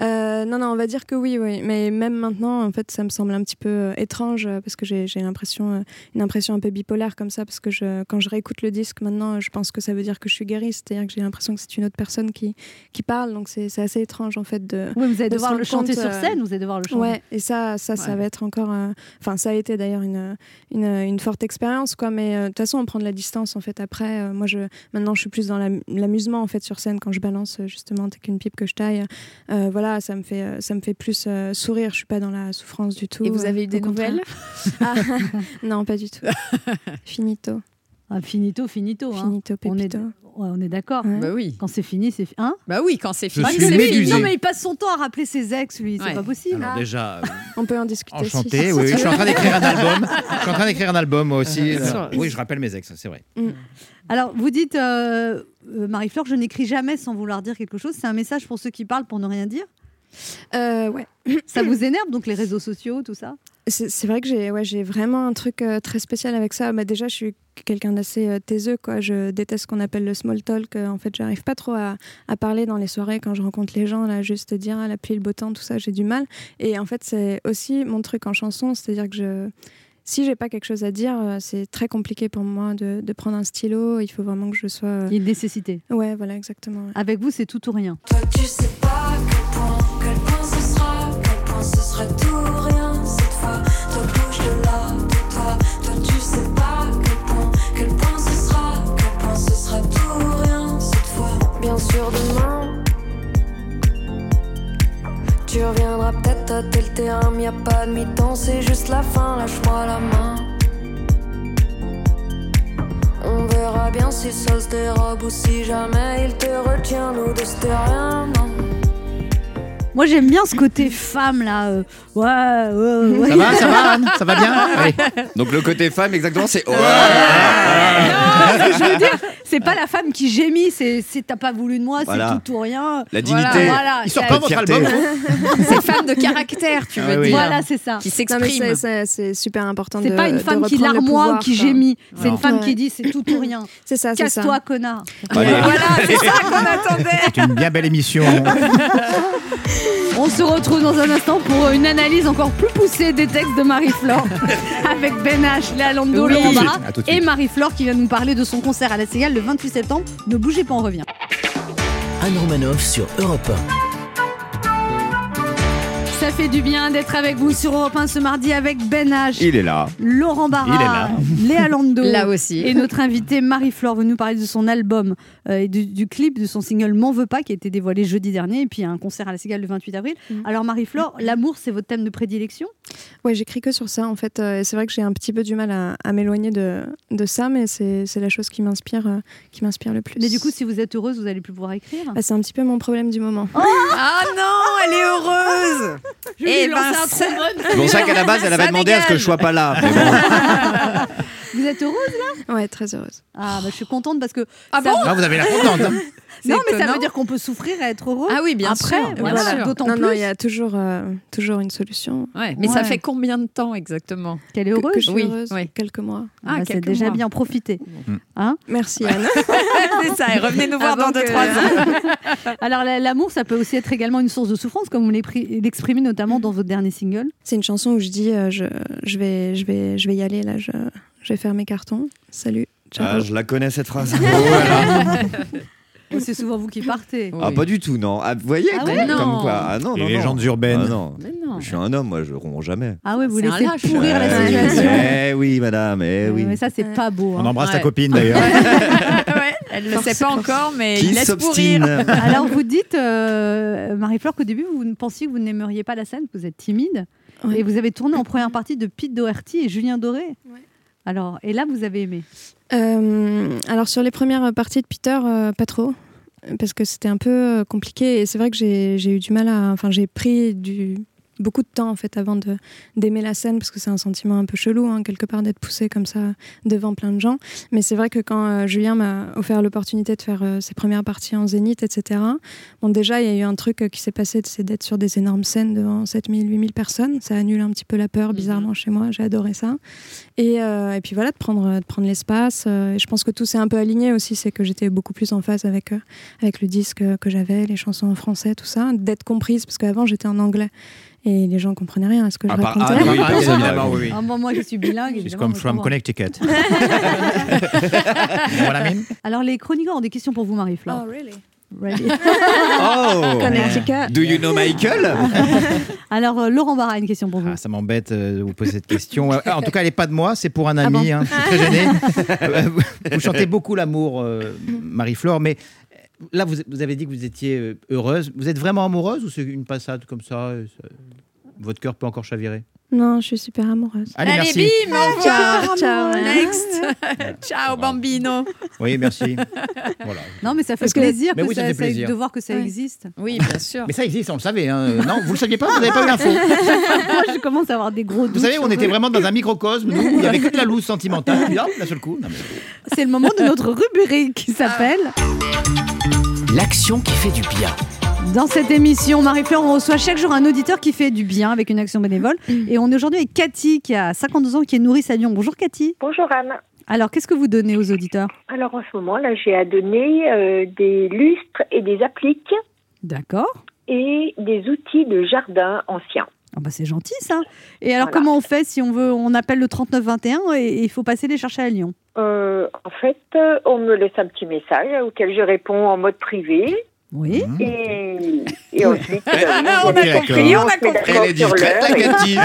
Speaker 9: Euh, non, non, on va dire que oui, oui. Mais même maintenant, en fait, ça me semble un petit peu euh, étrange euh, parce que j'ai j'ai l'impression, euh, une impression un peu bipolaire comme ça. Parce que je, quand je réécoute le disque maintenant, euh, je pense que ça veut dire que je suis guérie. C'est-à-dire que j'ai l'impression que c'est une autre personne qui, qui parle. Donc c'est c'est assez étrange, en fait, de,
Speaker 3: Ouais, vous allez
Speaker 9: de
Speaker 3: devoir
Speaker 9: se
Speaker 3: le
Speaker 9: rendre
Speaker 3: chanter
Speaker 9: compte,
Speaker 3: sur
Speaker 9: euh,
Speaker 3: scène, vous allez devoir le chanter.
Speaker 9: Ouais, et ça, ça, ça
Speaker 4: Ouais.
Speaker 9: va être encore. euh, Enfin, ça a été d'ailleurs une, une, une forte expérience, quoi. Mais euh, de toute façon, on prend de la distance, en fait, après. Euh, moi, je, maintenant, je suis plus dans la- l'amusement, en fait, sur scène, quand je balance, euh, justement, t'es qu'une pipe que je taille. Euh, voilà, ça me fait, euh, ça me fait plus euh, sourire. Je suis pas dans la souffrance du tout.
Speaker 4: Et vous
Speaker 9: euh,
Speaker 4: avez eu
Speaker 9: au
Speaker 4: des
Speaker 9: contraire.
Speaker 4: nouvelles
Speaker 9: Ah, Non, pas du tout. Finito.
Speaker 3: Ah, finito, finito. hein.
Speaker 9: Finito,
Speaker 3: On est,
Speaker 9: pépito.
Speaker 3: ouais, on est d'accord.
Speaker 9: Ouais.
Speaker 4: Bah oui.
Speaker 3: Quand c'est fini, c'est fini. Hein
Speaker 4: Bah oui, quand c'est
Speaker 6: Je
Speaker 4: fini.
Speaker 6: suis
Speaker 3: c'est fini.
Speaker 6: médusé.
Speaker 3: Non, mais il passe son temps à rappeler ses ex, lui. C'est
Speaker 4: Ouais.
Speaker 3: pas possible.
Speaker 4: Ah.
Speaker 9: Ah.
Speaker 6: Alors déjà, euh,
Speaker 9: On peut en discuter. si-
Speaker 6: enchanté. Oui,
Speaker 9: si
Speaker 6: oui,
Speaker 9: tu
Speaker 6: je suis en
Speaker 9: veux.
Speaker 6: train d'écrire un album. Je suis en train d'écrire un album moi aussi.
Speaker 4: Euh,
Speaker 6: là. Oui, je rappelle mes ex, c'est vrai.
Speaker 3: Mm. Alors, vous dites, euh, euh, Marie-Flore, je n'écris jamais sans vouloir dire quelque chose. C'est un message pour ceux qui parlent pour ne rien dire.
Speaker 9: Euh, ouais.
Speaker 3: Ça vous énerve, donc les réseaux sociaux, tout ça
Speaker 9: C'est c'est vrai que j'ai ouais, j'ai vraiment un truc euh, très spécial avec ça. Bah, déjà, je suis quelqu'un d'assez euh, taiseux. Quoi. Je déteste ce qu'on appelle le small talk. Euh, en fait, j'arrive pas trop à, à parler dans les soirées quand je rencontre les gens. Là, juste dire ah, la pluie, le beau temps, tout ça, j'ai du mal. Et en fait, c'est aussi mon truc en chanson. C'est-à-dire que je... si j'ai pas quelque chose à dire, euh, c'est très compliqué pour moi de, de prendre un stylo. Il faut vraiment que je sois. euh,
Speaker 3: Il y a une nécessité.
Speaker 9: Ouais, voilà, exactement. ouais.
Speaker 3: Avec vous, c'est tout ou rien.
Speaker 8: Toi tu sais pas à quel point, quel point ce sera, quel point ce sera tout ou rien cette fois. Toi bouge de là, de toi. Toi tu sais pas à quel point, quel point ce sera, quel point ce sera tout ou rien cette fois. Bien sûr demain, tu reviendras peut-être à tel terrain. Y'a pas de mi-temps, c'est juste la fin. Lâche-moi la main. On verra bien si ça se dérobe ou si jamais il te retient. Nous deux, c'était rien, non.
Speaker 3: Moi, j'aime bien ce côté femme, là. euh, ouais, ouais, ouais.
Speaker 6: Ça va, ça va, Anne Ça va bien Allez.
Speaker 5: Donc le côté femme, exactement, c'est. Ouais.
Speaker 3: Non, ce que je veux dire, c'est pas la femme qui gémit, c'est c'est t'as pas voulu de moi,
Speaker 5: Voilà.
Speaker 3: c'est tout ou rien.
Speaker 5: La
Speaker 4: Voilà,
Speaker 5: dignité.
Speaker 3: Voilà,
Speaker 6: Il sort
Speaker 3: c'est-
Speaker 6: pas votre album hein
Speaker 4: C'est femme de caractère, tu
Speaker 6: Ah
Speaker 4: veux
Speaker 6: oui.
Speaker 4: dire.
Speaker 3: Voilà, c'est ça.
Speaker 4: Qui
Speaker 9: Non, mais
Speaker 4: s'exprime.
Speaker 9: c'est- c'est c'est super important.
Speaker 3: C'est
Speaker 9: de-
Speaker 3: pas une
Speaker 9: de
Speaker 3: femme qui
Speaker 9: reprendre le
Speaker 3: larmoie ou
Speaker 9: pouvoir,
Speaker 3: qui
Speaker 9: ça.
Speaker 3: gémit. C'est une
Speaker 6: Non.
Speaker 3: femme
Speaker 9: Ouais.
Speaker 3: qui dit c'est tout ou rien.
Speaker 9: C'est ça, c'est ça.
Speaker 3: Casse-toi, connard.
Speaker 5: Allez.
Speaker 4: Voilà, c'est ça qu'on attendait.
Speaker 6: C'est une bien belle émission.
Speaker 3: On se retrouve dans un instant pour une analyse encore plus poussée des textes de Marie-Flore avec Ben H, Léa Lando,
Speaker 4: Oui.
Speaker 3: Laurent Barra
Speaker 6: À tout de suite.
Speaker 3: et Marie-Flore qui vient nous parler de son concert à la Cigale le 28 septembre. Ne bougez pas, on revient.
Speaker 2: Anne Romanoff sur Europe
Speaker 3: Ça fait du bien d'être avec vous sur Europe 1 ce mardi avec Ben H,
Speaker 5: Il est là.
Speaker 3: Laurent Barra,
Speaker 6: Il est là.
Speaker 3: Léa Lando.
Speaker 4: Là aussi.
Speaker 3: Et notre invitée Marie-Flore veut nous parler de son album euh, et du, du clip de son single M'en veux pas qui a été dévoilé jeudi dernier et puis un concert à la Cigale le 28 avril.
Speaker 6: Mm.
Speaker 9: Mhm.
Speaker 3: Alors Marie-Flore, l'amour c'est votre thème de prédilection
Speaker 9: Ouais, j'écris que sur ça en fait. Euh, et c'est vrai que j'ai un petit peu du mal à, à m'éloigner de, de ça, mais c'est c'est la chose qui m'inspire, euh, qui m'inspire le plus.
Speaker 3: Mais du coup si vous êtes heureuse vous allez plus pouvoir écrire Oh
Speaker 9: Ah, c'est un petit peu mon problème du moment.
Speaker 4: Ah non, elle est heureuse.
Speaker 3: Je vais
Speaker 4: Eh
Speaker 3: lui
Speaker 4: ben,
Speaker 3: lancer un
Speaker 4: ça-
Speaker 3: trombone.
Speaker 5: C'est pour ça qu'à la base, elle avait
Speaker 4: Ça
Speaker 5: demandé à ce que
Speaker 4: dégage.
Speaker 5: je sois pas là. Mais bon.
Speaker 3: Vous êtes heureuse
Speaker 9: Ouais, très heureuse.
Speaker 3: Ah, bah, je suis contente parce que.
Speaker 4: Ah
Speaker 3: ça-
Speaker 4: bon
Speaker 6: Ah, vous avez la contente. hein.
Speaker 3: Non, mais ça
Speaker 4: étonnant.
Speaker 3: veut dire qu'on peut souffrir et être heureux.
Speaker 4: Ah oui, bien
Speaker 3: Après,
Speaker 4: sûr. Bien
Speaker 3: voilà,
Speaker 4: sûr.
Speaker 3: d'autant
Speaker 9: non,
Speaker 3: plus
Speaker 9: non, il y a toujours, euh, toujours une solution.
Speaker 4: Ouais, mais ça
Speaker 3: Ouais.
Speaker 4: fait combien de temps exactement
Speaker 3: qu'elle est
Speaker 9: Que, que
Speaker 3: heureuse.
Speaker 9: je suis
Speaker 4: Oui,
Speaker 9: heureuse.
Speaker 4: oui.
Speaker 9: Quelques mois.
Speaker 3: Ah,
Speaker 4: Ah,
Speaker 3: bah, c'est
Speaker 4: quelques
Speaker 3: déjà
Speaker 4: mois.
Speaker 3: bien profiter.
Speaker 9: Hein Merci Anne.
Speaker 4: C'est ça, et revenez nous voir
Speaker 9: Avant
Speaker 4: dans
Speaker 9: que-
Speaker 4: 2-3 ans.
Speaker 3: Alors, la- l'amour, ça peut aussi être également une source de souffrance, comme vous l'épri- l'exprimez notamment dans votre dernier single.
Speaker 9: C'est une chanson où je dis, euh, je, je vais, je vais, je vais y aller là. Je, je vais faire mes cartons. Salut.
Speaker 5: Ah,
Speaker 9: Ciao.
Speaker 5: je la connais cette phrase.
Speaker 4: Oh
Speaker 3: Oh, C'est souvent vous qui partez.
Speaker 5: Ah, pas du tout, non. Ah, vous voyez,
Speaker 3: Ah
Speaker 5: comme,
Speaker 4: ouais
Speaker 5: comme
Speaker 4: Non.
Speaker 5: quoi. Ah non,
Speaker 6: Les
Speaker 5: non, non.
Speaker 6: légendes urbaines.
Speaker 5: Ah, non.
Speaker 4: Mais non.
Speaker 5: Je suis un homme, moi, je romps jamais.
Speaker 3: Ah ouais, vous
Speaker 4: C'est un
Speaker 3: laissez
Speaker 4: lâche.
Speaker 3: pourrir la
Speaker 5: Eh oui,
Speaker 3: situation.
Speaker 5: Eh oui, madame, eh oui.
Speaker 3: Ouais, mais ça, c'est
Speaker 9: Ouais.
Speaker 3: pas beau. hein.
Speaker 6: On embrasse ta
Speaker 4: Ouais.
Speaker 6: copine d'ailleurs.
Speaker 4: Ouais, elle ne le
Speaker 9: Force,
Speaker 4: sait pas
Speaker 9: force.
Speaker 4: encore, mais il
Speaker 5: Qui
Speaker 4: laisse
Speaker 5: s'obstine
Speaker 4: pourrir.
Speaker 3: Alors, vous dites, euh, Marie-Flore, qu'au début, vous ne pensiez que vous n'aimeriez pas la scène, que vous êtes timide.
Speaker 9: Ouais.
Speaker 3: Et vous avez tourné en première partie de Pete Doherty et Julien Doré. Alors, et là, vous avez aimé.
Speaker 9: Euh, alors sur les premières parties de Peter, euh, pas trop, parce que c'était un peu euh, compliqué et c'est vrai que j'ai j'ai eu du mal à, enfin j'ai pris du beaucoup de temps en fait avant de d'aimer la scène parce que c'est un sentiment un peu chelou hein, quelque part d'être poussé comme ça devant plein de gens. Mais c'est vrai que quand euh, Julien m'a offert l'opportunité de faire euh, ses premières parties en zénith, etc. Bon déjà il y a eu un truc euh, qui s'est passé, c'est d'être sur des énormes scènes devant 7000, 8000 personnes. Ça annule un petit peu la peur bizarrement chez moi. J'ai adoré ça. Et, euh, et puis voilà, de prendre, de prendre l'espace. euh, et je pense que tout s'est un peu aligné aussi. C'est que j'étais beaucoup plus en phase avec, euh, avec le disque euh, que j'avais, les chansons en français, tout ça. D'être comprise, parce qu'avant j'étais en anglais. Et les gens comprenaient rien à ce que je
Speaker 5: À part
Speaker 9: racontais.
Speaker 5: Anne, oui,
Speaker 6: Ah,
Speaker 5: bien sûr.
Speaker 6: évidemment, oui, oui.
Speaker 3: Ah, bon, moi, je suis bilingue.
Speaker 6: She's
Speaker 3: évidemment,
Speaker 6: come
Speaker 3: je
Speaker 6: from
Speaker 3: comprends.
Speaker 6: Connecticut. You know what I mean
Speaker 3: Alors, les chroniqueurs ont des questions pour vous, Marie-Flore. Ready.
Speaker 5: Oh
Speaker 9: Connecticut.
Speaker 5: Do you know Michael
Speaker 3: Alors, euh, Laurent Barra a une question pour vous.
Speaker 6: Ah, ça m'embête euh, de vous poser cette question. Ah, en tout cas, elle n'est pas de moi, c'est pour un ami. hein. Je suis très gêné. Euh, vous chantez beaucoup l'amour, euh, Marie-Flore, mais euh, là, vous, vous avez dit que vous étiez euh, heureuse. Vous êtes vraiment amoureuse ou c'est une passade comme ça euh, ça- Votre cœur peut encore chavirer.
Speaker 9: Non, je suis super amoureuse.
Speaker 6: Allez, merci.
Speaker 4: bim, au revoir.
Speaker 9: Ciao, ciao.
Speaker 4: Next. Ciao,
Speaker 6: Bravo.
Speaker 4: bambino.
Speaker 6: Oui, merci. voilà.
Speaker 3: Non, mais ça fait
Speaker 9: Parce que-
Speaker 3: plaisir,
Speaker 6: Mais
Speaker 3: que
Speaker 6: oui, ça
Speaker 3: ça-
Speaker 6: fait
Speaker 3: ça-
Speaker 6: plaisir.
Speaker 3: de voir que ça
Speaker 9: Ouais.
Speaker 3: existe.
Speaker 4: Oui, bien sûr.
Speaker 6: Mais ça existe, on le savait. hein. Euh, Non, vous le saviez pas, vous n'avez pas eu l'info.
Speaker 3: Moi, je commence à avoir des gros doutes.
Speaker 6: Vous savez, on
Speaker 3: sur-
Speaker 6: était vraiment dans un microcosme, nous, où il n'y avait que de la loose sentimentale. Puis hop, d'un seul coup. Non, mais-
Speaker 3: C'est le moment de notre rubrique qui
Speaker 4: Ah.
Speaker 3: s'appelle.
Speaker 2: L'action qui fait du bien.
Speaker 3: Dans cette émission, Marie-Fleur, on reçoit chaque jour un auditeur qui fait du bien avec une action bénévole.
Speaker 4: Mm.
Speaker 3: Et on est aujourd'hui avec Cathy, qui a 52 ans, qui est nourrice à Lyon. Bonjour Cathy.
Speaker 10: Bonjour Anne.
Speaker 3: Alors, qu'est-ce que vous donnez aux auditeurs
Speaker 10: Alors en ce moment, là, j'ai à donner euh, des lustres et des appliques
Speaker 3: D'accord.
Speaker 10: et des outils de jardin anciens.
Speaker 3: Ah bah, c'est gentil ça. Et alors,
Speaker 10: Voilà.
Speaker 3: comment on fait si on veut On appelle le 3921 et et il faut passer les chercher à Lyon.
Speaker 10: Euh, en fait, euh, on me laisse un petit message auquel je réponds en mode privé.
Speaker 3: Oui.
Speaker 6: Mmh.
Speaker 10: Et, et ensuite, euh,
Speaker 6: on a compris,
Speaker 10: on se met d'accord
Speaker 5: Elle est
Speaker 10: sur
Speaker 5: discrète, la
Speaker 10: l'heure et-
Speaker 5: Cathy.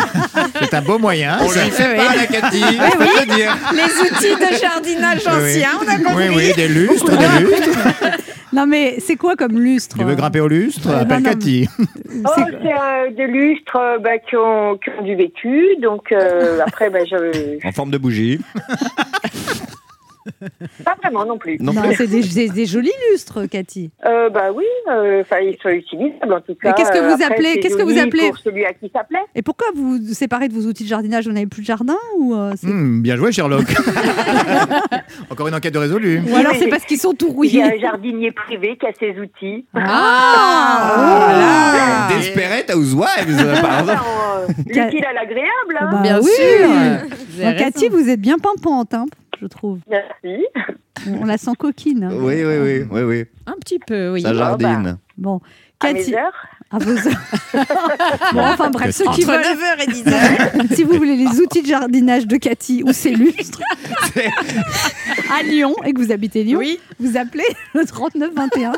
Speaker 6: C'est un beau moyen.
Speaker 5: On
Speaker 6: ça.
Speaker 5: lui fait pas, la Cathy. Je peux te dire.
Speaker 4: Les outils de jardinage anciens, on a
Speaker 6: Oui,
Speaker 4: compris.
Speaker 6: oui, des lustres, des lustres.
Speaker 3: Non, mais c'est quoi comme lustre
Speaker 6: Tu veux grimper au lustre
Speaker 3: Euh,
Speaker 6: Appelle
Speaker 3: non, non.
Speaker 6: Cathy.
Speaker 10: Oh,
Speaker 3: C'est-
Speaker 10: c'est euh, des lustres euh, bah, qui, ont, qui ont du vécu. Donc euh, après, bah, je...
Speaker 5: En forme de bougie.
Speaker 10: pas vraiment non plus.
Speaker 5: Non,
Speaker 3: Non,
Speaker 5: plus.
Speaker 3: c'est des, c'est des jolis lustres, Cathy.
Speaker 10: Euh, bah oui, euh, enfin ils sont utilisables en tout
Speaker 3: Mais
Speaker 10: cas.
Speaker 3: qu'est-ce que
Speaker 10: Euh,
Speaker 3: vous
Speaker 10: après,
Speaker 3: appelez-
Speaker 10: c'est
Speaker 3: qu'est-ce que vous
Speaker 10: joli
Speaker 3: appelez
Speaker 10: Pour celui à qui ça plaît.
Speaker 3: Et pourquoi vous vous séparez de vos outils de jardinage Vous n'avez plus de jardin ou euh, c'est-
Speaker 6: Hmm, bien joué, Sherlock. Encore une enquête de résolue.
Speaker 3: Ou alors c'est parce qu'ils sont tout
Speaker 10: Il y a un
Speaker 3: rouillés.
Speaker 10: jardinier privé qui a ses outils. Ah,
Speaker 3: Oh
Speaker 4: oh
Speaker 3: Ah, voilà.
Speaker 5: Desperate Housewives, par exemple.
Speaker 10: Enfin, euh, L'utile à l'agréable. hein.
Speaker 3: Bah
Speaker 4: Bien
Speaker 3: oui.
Speaker 4: sûr. Vous avez
Speaker 3: Bon, Cathy, vous êtes bien pimpante, hein, je trouve.
Speaker 10: Merci.
Speaker 3: On on la sent coquine. hein.
Speaker 5: Oui, oui, oui, oui, oui.
Speaker 4: raison. Un petit peu, oui. oh bah.
Speaker 5: Ça jardine.
Speaker 3: Bon,
Speaker 10: À mes
Speaker 3: Cathy,
Speaker 10: heures.
Speaker 3: à vos Bon, enfin bref, ceux qui
Speaker 4: Entre 9h
Speaker 3: veulent,
Speaker 4: et 10h.
Speaker 3: si vous voulez les outils de jardinage de Cathy ou ses lustres à Lyon et que vous habitez Lyon,
Speaker 4: oui.
Speaker 3: vous appelez le 3921.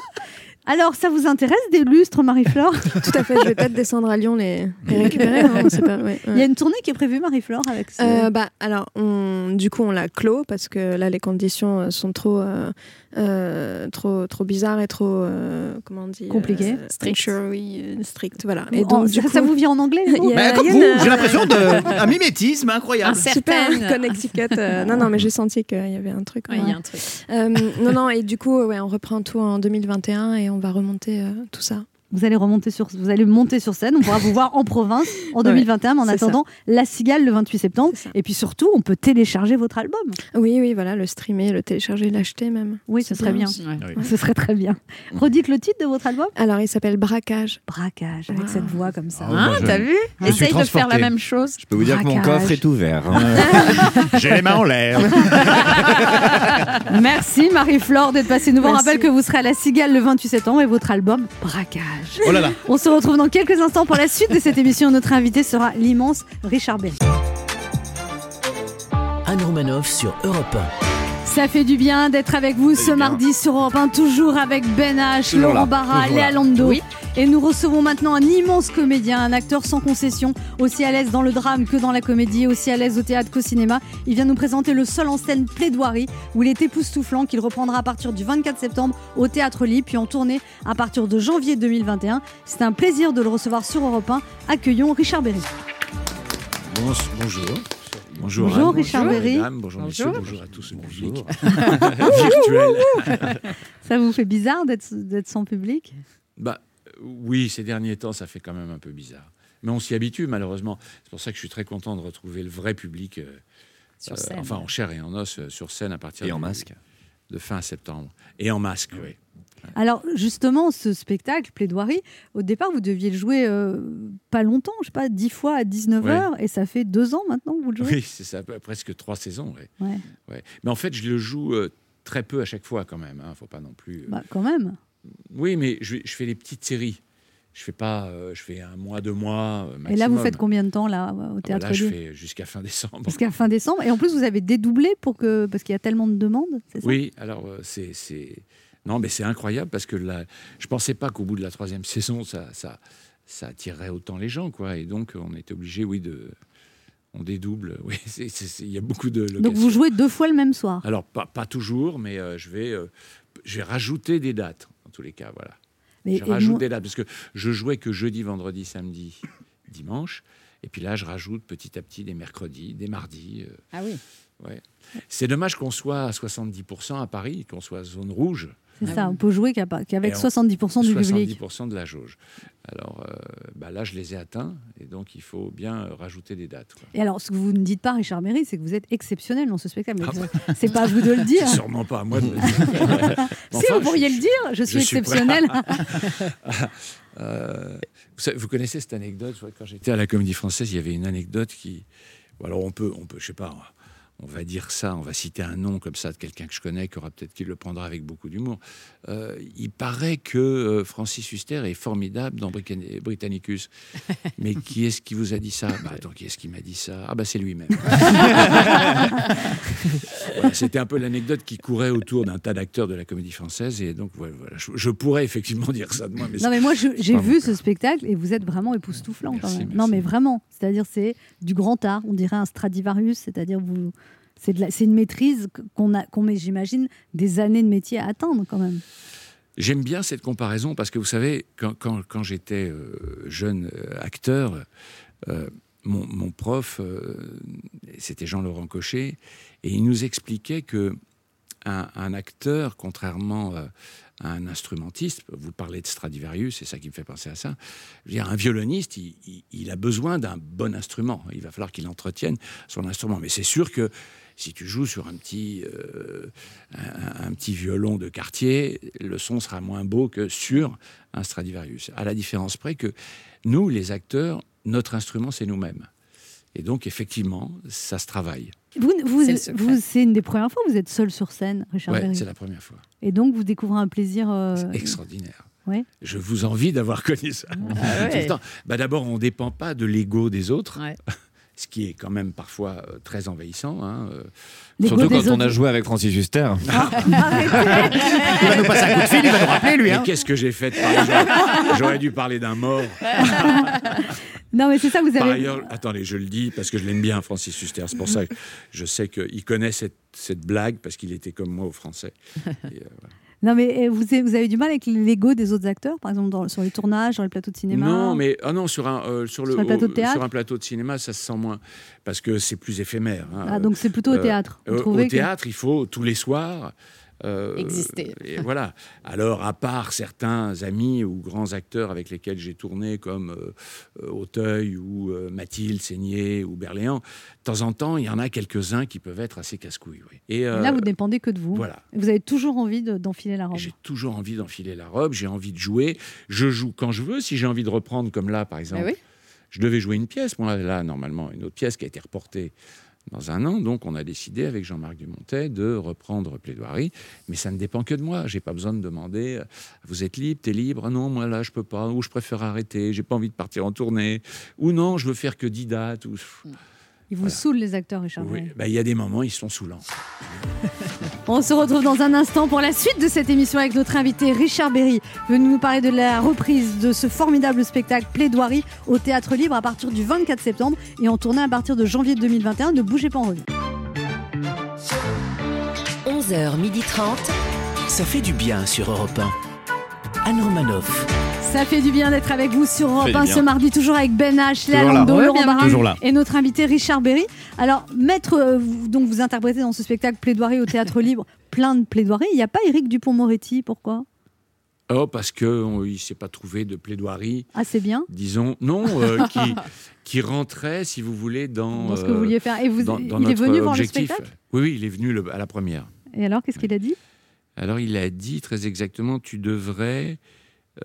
Speaker 3: Alors, ça vous intéresse des lustres, Marie-Flore
Speaker 9: Tout à fait, je vais peut-être descendre à Lyon les, les récupérer. hein, on sait pas, ouais, ouais.
Speaker 3: Il y a une tournée qui est prévue, Marie-Flore, avec ce-
Speaker 9: Euh, bah, alors, on- du coup, on l'a clos parce que là, les conditions euh, sont trop, euh, euh, trop, trop bizarres et trop, euh, comment on dit,
Speaker 3: Compliquées.
Speaker 9: euh,
Speaker 4: Strictes.
Speaker 9: sanctuary, euh, strict, voilà.
Speaker 3: Oh,
Speaker 9: Et donc, du
Speaker 3: ça,
Speaker 9: coup,
Speaker 3: ça vous vient en anglais les mots
Speaker 9: Il y a-
Speaker 6: Mais
Speaker 9: Euh,
Speaker 6: Bah, Ben, comme
Speaker 9: Yann,
Speaker 6: vous,
Speaker 9: euh,
Speaker 6: j'ai l'impression d'un mimétisme incroyable.
Speaker 9: super
Speaker 4: Certaines.
Speaker 9: Connecticut. euh, non, non, mais j'ai senti qu'il y avait un truc.
Speaker 4: Oui,
Speaker 9: ouais.
Speaker 4: il y a un truc.
Speaker 9: Euh, non, non, et du coup, ouais, on reprend tout en 2021 et on va remonter euh, tout ça.
Speaker 3: Vous allez remonter sur, vous allez monter sur scène. On pourra vous voir en province en
Speaker 9: Ouais,
Speaker 3: 2021. mais en
Speaker 9: c'est
Speaker 3: attendant, La Cigale le 28 septembre.
Speaker 9: C'est ça.
Speaker 3: Et puis surtout, on peut télécharger votre album.
Speaker 9: Oui, oui, voilà, le streamer, le télécharger, l'acheter même.
Speaker 3: Oui, ce
Speaker 9: C'est
Speaker 3: serait bien.
Speaker 4: Ouais.
Speaker 3: Ce serait très bien. Redites le titre de votre album.
Speaker 9: Alors, il s'appelle Braquage.
Speaker 3: Braquage avec
Speaker 9: Wow.
Speaker 3: cette voix comme ça.
Speaker 6: Ah ouais.
Speaker 4: Hein,
Speaker 6: moi, je-
Speaker 4: t'as vu
Speaker 6: je suis
Speaker 4: Essaye de faire la
Speaker 6: transporté.
Speaker 4: même chose.
Speaker 5: Je peux vous dire que mon
Speaker 3: Braquage.
Speaker 5: coffre est ouvert.
Speaker 6: J'ai les mains en l'air.
Speaker 3: Merci Marie-Flore d'être passée nous voir. On
Speaker 9: Merci.
Speaker 3: rappelle que vous serez à La Cigale le 28 septembre et votre album Braquage.
Speaker 6: Oh là là.
Speaker 3: On se retrouve dans quelques instants pour la suite de cette émission. Notre invité sera l'immense Richard Berry.
Speaker 2: Anne Romanoff sur Europe
Speaker 3: Ça fait du bien d'être avec vous ce
Speaker 5: du bien.
Speaker 3: mardi sur Europe 1, toujours avec Ben H,
Speaker 5: Toujours
Speaker 3: Laurent
Speaker 5: là,
Speaker 3: Barra,
Speaker 5: toujours
Speaker 3: Léa
Speaker 5: là.
Speaker 3: Lando. Et nous recevons maintenant un immense comédien, un acteur sans concession, aussi à l'aise dans le drame que dans la comédie, aussi à l'aise au théâtre qu'au cinéma. Il vient nous présenter le seul en scène plaidoirie où il est époustouflant, qu'il reprendra à partir du 24 septembre au Théâtre Libre, puis en tournée à partir de janvier 2021. C'est un plaisir de le recevoir sur Europe 1. Accueillons Richard Berry.
Speaker 11: bonjour. Bonjour,
Speaker 3: Bonjour, Richard
Speaker 11: bonjour,
Speaker 3: Berry.
Speaker 11: mesdames, bonjour,
Speaker 4: Bonjour.
Speaker 11: messieurs, bonjour à tous ce public virtuel.
Speaker 3: Ça vous fait bizarre d'être d'être sans public
Speaker 11: Bah, oui, ces derniers temps, ça fait quand même un peu bizarre. Mais on s'y habitue, malheureusement. C'est pour ça que je suis très content de retrouver le vrai public, euh,
Speaker 4: Sur
Speaker 11: euh,
Speaker 4: scène.
Speaker 11: enfin en chair et en os, euh, sur scène à partir
Speaker 5: Et en
Speaker 11: du-
Speaker 5: masque.
Speaker 11: de fin septembre. Et en masque, oui.
Speaker 3: Alors justement, ce spectacle, Plaidoirie, au départ, vous deviez le jouer euh, pas longtemps, je sais pas, 10 fois à 19h, et ça fait deux ans maintenant que vous le jouez.
Speaker 11: Oui, c'est ça, p- presque trois saisons. ouais.
Speaker 3: Ouais.
Speaker 11: Ouais. Mais en fait, je le joue euh, très peu à chaque fois quand même. hein. Faut pas non plus. euh,
Speaker 3: Bah quand même.
Speaker 11: Oui, mais je, je fais des petites séries. Je fais pas, euh, je fais un mois, deux mois. euh,
Speaker 3: Et là, vous
Speaker 11: maximum.
Speaker 3: faites combien de temps là au
Speaker 11: Ah bah
Speaker 3: théâtre
Speaker 11: Là, je
Speaker 3: Lieu
Speaker 11: fais jusqu'à fin décembre.
Speaker 3: Jusqu'à fin décembre. Et en plus, vous avez dédoublé pour que parce qu'il y a tellement de demandes. c'est ça
Speaker 11: Oui, alors euh, c'est, c'est- non, mais c'est incroyable parce que là, je pensais pas qu'au bout de la troisième saison, ça, ça, ça attirerait autant les gens, quoi. Et donc, on était obligé, oui, de, on dédouble. Oui, c'est- c'est- c'est- il y a beaucoup de.
Speaker 3: Donc vous
Speaker 11: locations.
Speaker 3: jouez deux fois le même soir.
Speaker 11: Alors pas, pas toujours, mais euh, je vais, euh, je vais rajouter des dates en tous les cas, voilà.
Speaker 3: Mais-
Speaker 11: je
Speaker 3: et
Speaker 11: rajoute
Speaker 3: moi-
Speaker 11: des dates parce que je jouais que jeudi, vendredi, samedi. dimanche. Et puis là, je rajoute petit à petit des mercredis, des mardis. euh,
Speaker 12: Ah oui.
Speaker 11: ouais. C'est dommage qu'on soit à 70% à Paris, qu'on soit zone rouge.
Speaker 3: C'est ça, on peut jouer qu'à pas- qu'avec
Speaker 11: Et on-
Speaker 3: 70% du public.
Speaker 11: 70% de la jauge. Alors euh, bah là, je les ai atteints et donc il faut bien euh, rajouter des dates. quoi.
Speaker 3: Et alors, ce que vous ne dites pas, Richard Berry, c'est que vous êtes exceptionnel dans ce spectacle. Mais
Speaker 11: Ah
Speaker 3: vous-
Speaker 11: bon
Speaker 3: C'est pas à vous de le dire.
Speaker 11: C'est Sûrement pas à moi de le dire. Mais
Speaker 3: Si,
Speaker 11: enfin,
Speaker 3: vous pourriez le dire, je suis
Speaker 11: prêt.
Speaker 3: exceptionnel.
Speaker 11: Euh, vous, savez- vous connaissez cette anecdote je vois que Quand j'étais à la Comédie Française, il y avait une anecdote qui. bon, Alors on peut, on peut, je sais pas, on va dire ça, on va citer un nom comme ça de quelqu'un que je connais, qui aura peut-être qu'il le prendra avec beaucoup d'humour. Euh, il paraît que euh, Francis Huster est formidable dans Brican- Britannicus. Mais qui est-ce qui vous a dit ça Bah, Attends, qui est-ce qui m'a dit ça Ah bah c'est lui-même. Voilà, C'était un peu l'anecdote qui courait autour d'un tas d'acteurs de la Comédie Française et donc voilà, voilà, je, je pourrais effectivement dire ça de moi. Mais
Speaker 3: Non mais moi je-
Speaker 11: c'est
Speaker 3: j'ai
Speaker 11: pas
Speaker 3: vu ce spectacle et vous êtes vraiment époustouflant quand même. Non mais vraiment, c'est-à-dire c'est du grand art, on dirait un Stradivarius, c'est-à-dire vous c'est de la- c'est une maîtrise qu'on a qu'on met j'imagine des années de métier à atteindre quand même.
Speaker 11: J'aime bien cette comparaison parce que vous savez, quand, quand- quand j'étais euh, jeune euh, acteur, euh, mon, mon prof, euh, c'était Jean-Laurent Cochet, et il nous expliquait que un, un acteur, contrairement euh, à un instrumentiste, vous parlez de Stradivarius, c'est ça qui me fait penser à ça, je veux dire, un violoniste, il, il- il a besoin d'un bon instrument, il va falloir qu'il entretienne son instrument, mais c'est sûr que si tu joues sur un petit, euh, un, un petit violon de quartier, le son sera moins beau que sur un Stradivarius. À la différence près que nous, les acteurs, notre instrument, c'est nous-mêmes. Et donc, effectivement, ça se travaille.
Speaker 3: Vous vous vous- c'est une des premières fois que vous êtes seul sur scène, Richard
Speaker 11: Ouais,
Speaker 3: Berry.
Speaker 11: c'est la première fois.
Speaker 3: Et donc vous découvrez un plaisir euh,
Speaker 11: Extraordinaire.
Speaker 3: ouais.
Speaker 11: Je vous envie d'avoir connu ça.
Speaker 3: Ah
Speaker 11: Tout le
Speaker 3: ouais.
Speaker 11: temps. Bah, D'abord, on ne dépend pas de l'ego des autres,
Speaker 12: Ouais.
Speaker 11: ce qui est quand même parfois euh, très envahissant. hein, euh. Ah.
Speaker 12: L'ego Surtout des quand on a autres.
Speaker 5: joué avec Francis Huster.
Speaker 11: il
Speaker 12: va nous passer un coup de fil, il va nous rappeler, lui, hein.
Speaker 11: Qu'est-ce que j'ai fait de par exemple J'aurais dû parler d'un mort.
Speaker 3: Non mais c'est ça vous
Speaker 11: Par
Speaker 3: avez
Speaker 11: ailleurs, attendez, je le dis parce que je l'aime bien, Francis Huster. C'est pour ça que je sais qu'il connaît cette, cette blague parce qu'il était comme moi au français. Et, euh, voilà.
Speaker 3: Non mais eh, vous avez, vous avez du mal avec l'ego des autres acteurs par exemple dans- sur les tournages, dans les plateaux de cinéma.
Speaker 11: Non, mais ah non, sur un, euh, sur le,
Speaker 3: Sur un plateau de
Speaker 11: au-
Speaker 3: théâtre
Speaker 11: sur un plateau de cinéma, ça se sent moins parce que c'est plus éphémère. hein.
Speaker 3: Ah, donc c'est plutôt au théâtre, vous
Speaker 11: euh,
Speaker 3: trouvez
Speaker 11: au
Speaker 3: que-
Speaker 11: théâtre, il faut tous les soirs. euh,
Speaker 12: Exister.
Speaker 11: Et voilà. Alors, à part certains amis ou grands acteurs avec lesquels j'ai tourné, comme euh, euh, Auteuil ou euh, Mathilde Seigné ou Berléand, de temps en temps, il y en a quelques-uns qui peuvent être assez casse-couilles. oui. Et,
Speaker 3: Là
Speaker 11: euh,
Speaker 3: vous dépendez que de vous.
Speaker 11: voilà.
Speaker 3: Et Vous avez toujours envie de- d'enfiler la robe.
Speaker 11: toujours envie d'enfiler la robe, j'ai envie de jouer. Je joue quand je veux, si j'ai envie de reprendre, comme là, par exemple.
Speaker 12: Ah oui.
Speaker 11: Je devais jouer une pièce, moi, là, normalement, une autre pièce qui a été reportée dans un an. Donc, on a décidé, avec Jean-Marc Dumontet, de reprendre Plaidoirie. Mais ça ne dépend que de moi. J'ai pas besoin de demander euh, Vous êtes libre, t'es libre Ah Non, moi, là, je peux pas. Ou je préfère arrêter, j'ai pas envie de partir en tournée. Ou non, je veux faire que 10 dates. Ou...
Speaker 3: Ils vous saoulent les acteurs Richard.
Speaker 11: Oui,
Speaker 3: Berry.
Speaker 11: bah, il y a des moments, ils sont saoulants.
Speaker 3: On se retrouve dans un instant pour la suite de cette émission avec notre invité Richard Berry, venu nous parler de la reprise de ce formidable spectacle Plaidoirie au Théâtre Libre à partir du 24 septembre et en tournée à partir de janvier 2021. Ne bougez pas en revue.
Speaker 2: 11h30. Ça fait du bien sur Europe 1. Anne Romanoff.
Speaker 3: Ça fait du bien d'être avec vous sur Europe
Speaker 2: Fait du
Speaker 3: 1
Speaker 2: bien.
Speaker 3: ce mardi, toujours avec Ben H, Léa
Speaker 2: Toujours là.
Speaker 3: Landau,
Speaker 2: Ouais,
Speaker 3: Laurent
Speaker 2: bienvenue.
Speaker 3: Barra
Speaker 2: Toujours là.
Speaker 3: et notre invité Richard Berry. Alors, maître, euh, vous, donc vous interprétez dans ce spectacle Plaidoirie au Théâtre Libre, plein de plaidoiries. Il n'y a pas Éric Dupont-Moretti, pourquoi
Speaker 11: Oh, parce qu'il ne s'est pas trouvé de plaidoirie.
Speaker 3: Ah, c'est bien.
Speaker 11: disons, non, euh, qui, qui rentrait, si vous voulez, dans,
Speaker 3: Dans ce que vous vouliez faire. Et vous-
Speaker 11: dans- dans
Speaker 3: il est
Speaker 11: notre
Speaker 3: venu voir le
Speaker 11: objectif.
Speaker 3: spectacle
Speaker 11: Oui, oui, il est venu le- à la première.
Speaker 3: Et alors, qu'est-ce qu'il a dit
Speaker 11: Alors, il a dit très exactement, tu devrais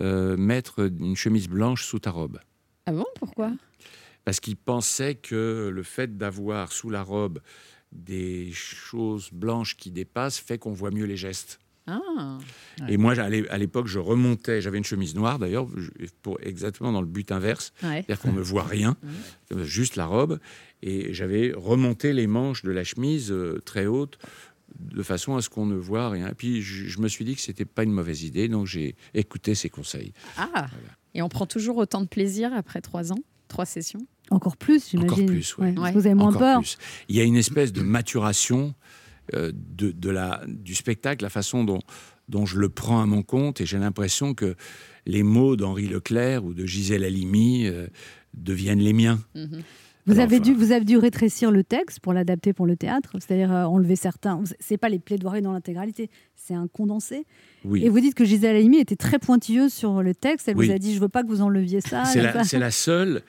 Speaker 11: euh, mettre une chemise blanche sous ta robe.
Speaker 12: Ah bon, pourquoi
Speaker 11: Parce qu'il pensait que le fait d'avoir sous la robe des choses blanches qui dépassent fait qu'on voit mieux les gestes.
Speaker 12: Ah.
Speaker 11: Et moi, à l'é- à l'époque, je remontais, j'avais une chemise noire d'ailleurs, je- pour exactement dans le but inverse,
Speaker 12: Ouais.
Speaker 11: c'est-à-dire qu'on ne voit rien, euh, juste la robe, et j'avais remonté les manches de la chemise euh, très haute de façon à ce qu'on ne voit rien. Et puis je, je me suis dit que c'était pas une mauvaise idée, donc j'ai écouté ses conseils.
Speaker 4: Ah Et on prend toujours autant de plaisir après trois ans, trois sessions
Speaker 3: Encore plus, j'imagine.
Speaker 11: Encore plus, oui.
Speaker 3: Ouais, parce que vous avez moins
Speaker 11: Encore
Speaker 3: peur.
Speaker 11: plus. Il y a une espèce de maturation euh, de, de la, du spectacle, la façon dont, dont je le prends à mon compte, et j'ai l'impression que les mots d'Henri Leclerc ou de Gisèle Halimi euh, deviennent les miens.
Speaker 3: Vous avez, dû, vous avez dû rétrécir le texte pour l'adapter pour le théâtre, c'est-à-dire euh, enlever certains. C'est pas les plaidoiries dans l'intégralité, c'est un condensé.
Speaker 11: Oui.
Speaker 3: Et vous dites que Gisèle Halimi était très pointilleuse sur le texte. Elle vous
Speaker 11: Oui.
Speaker 3: a dit, je veux pas que vous enleviez ça.
Speaker 11: C'est
Speaker 3: ça.
Speaker 11: la, c'est la seule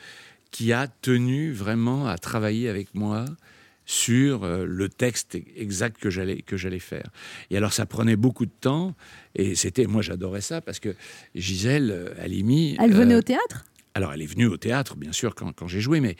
Speaker 11: qui a tenu vraiment à travailler avec moi sur euh, le texte exact que j'allais que j'allais faire. Et alors ça prenait beaucoup de temps et c'était moi j'adorais ça parce que Gisèle euh, Halimi
Speaker 3: Elle venait
Speaker 11: euh,
Speaker 3: au théâtre
Speaker 11: alors, elle est venue au théâtre, bien sûr, quand, quand j'ai joué, mais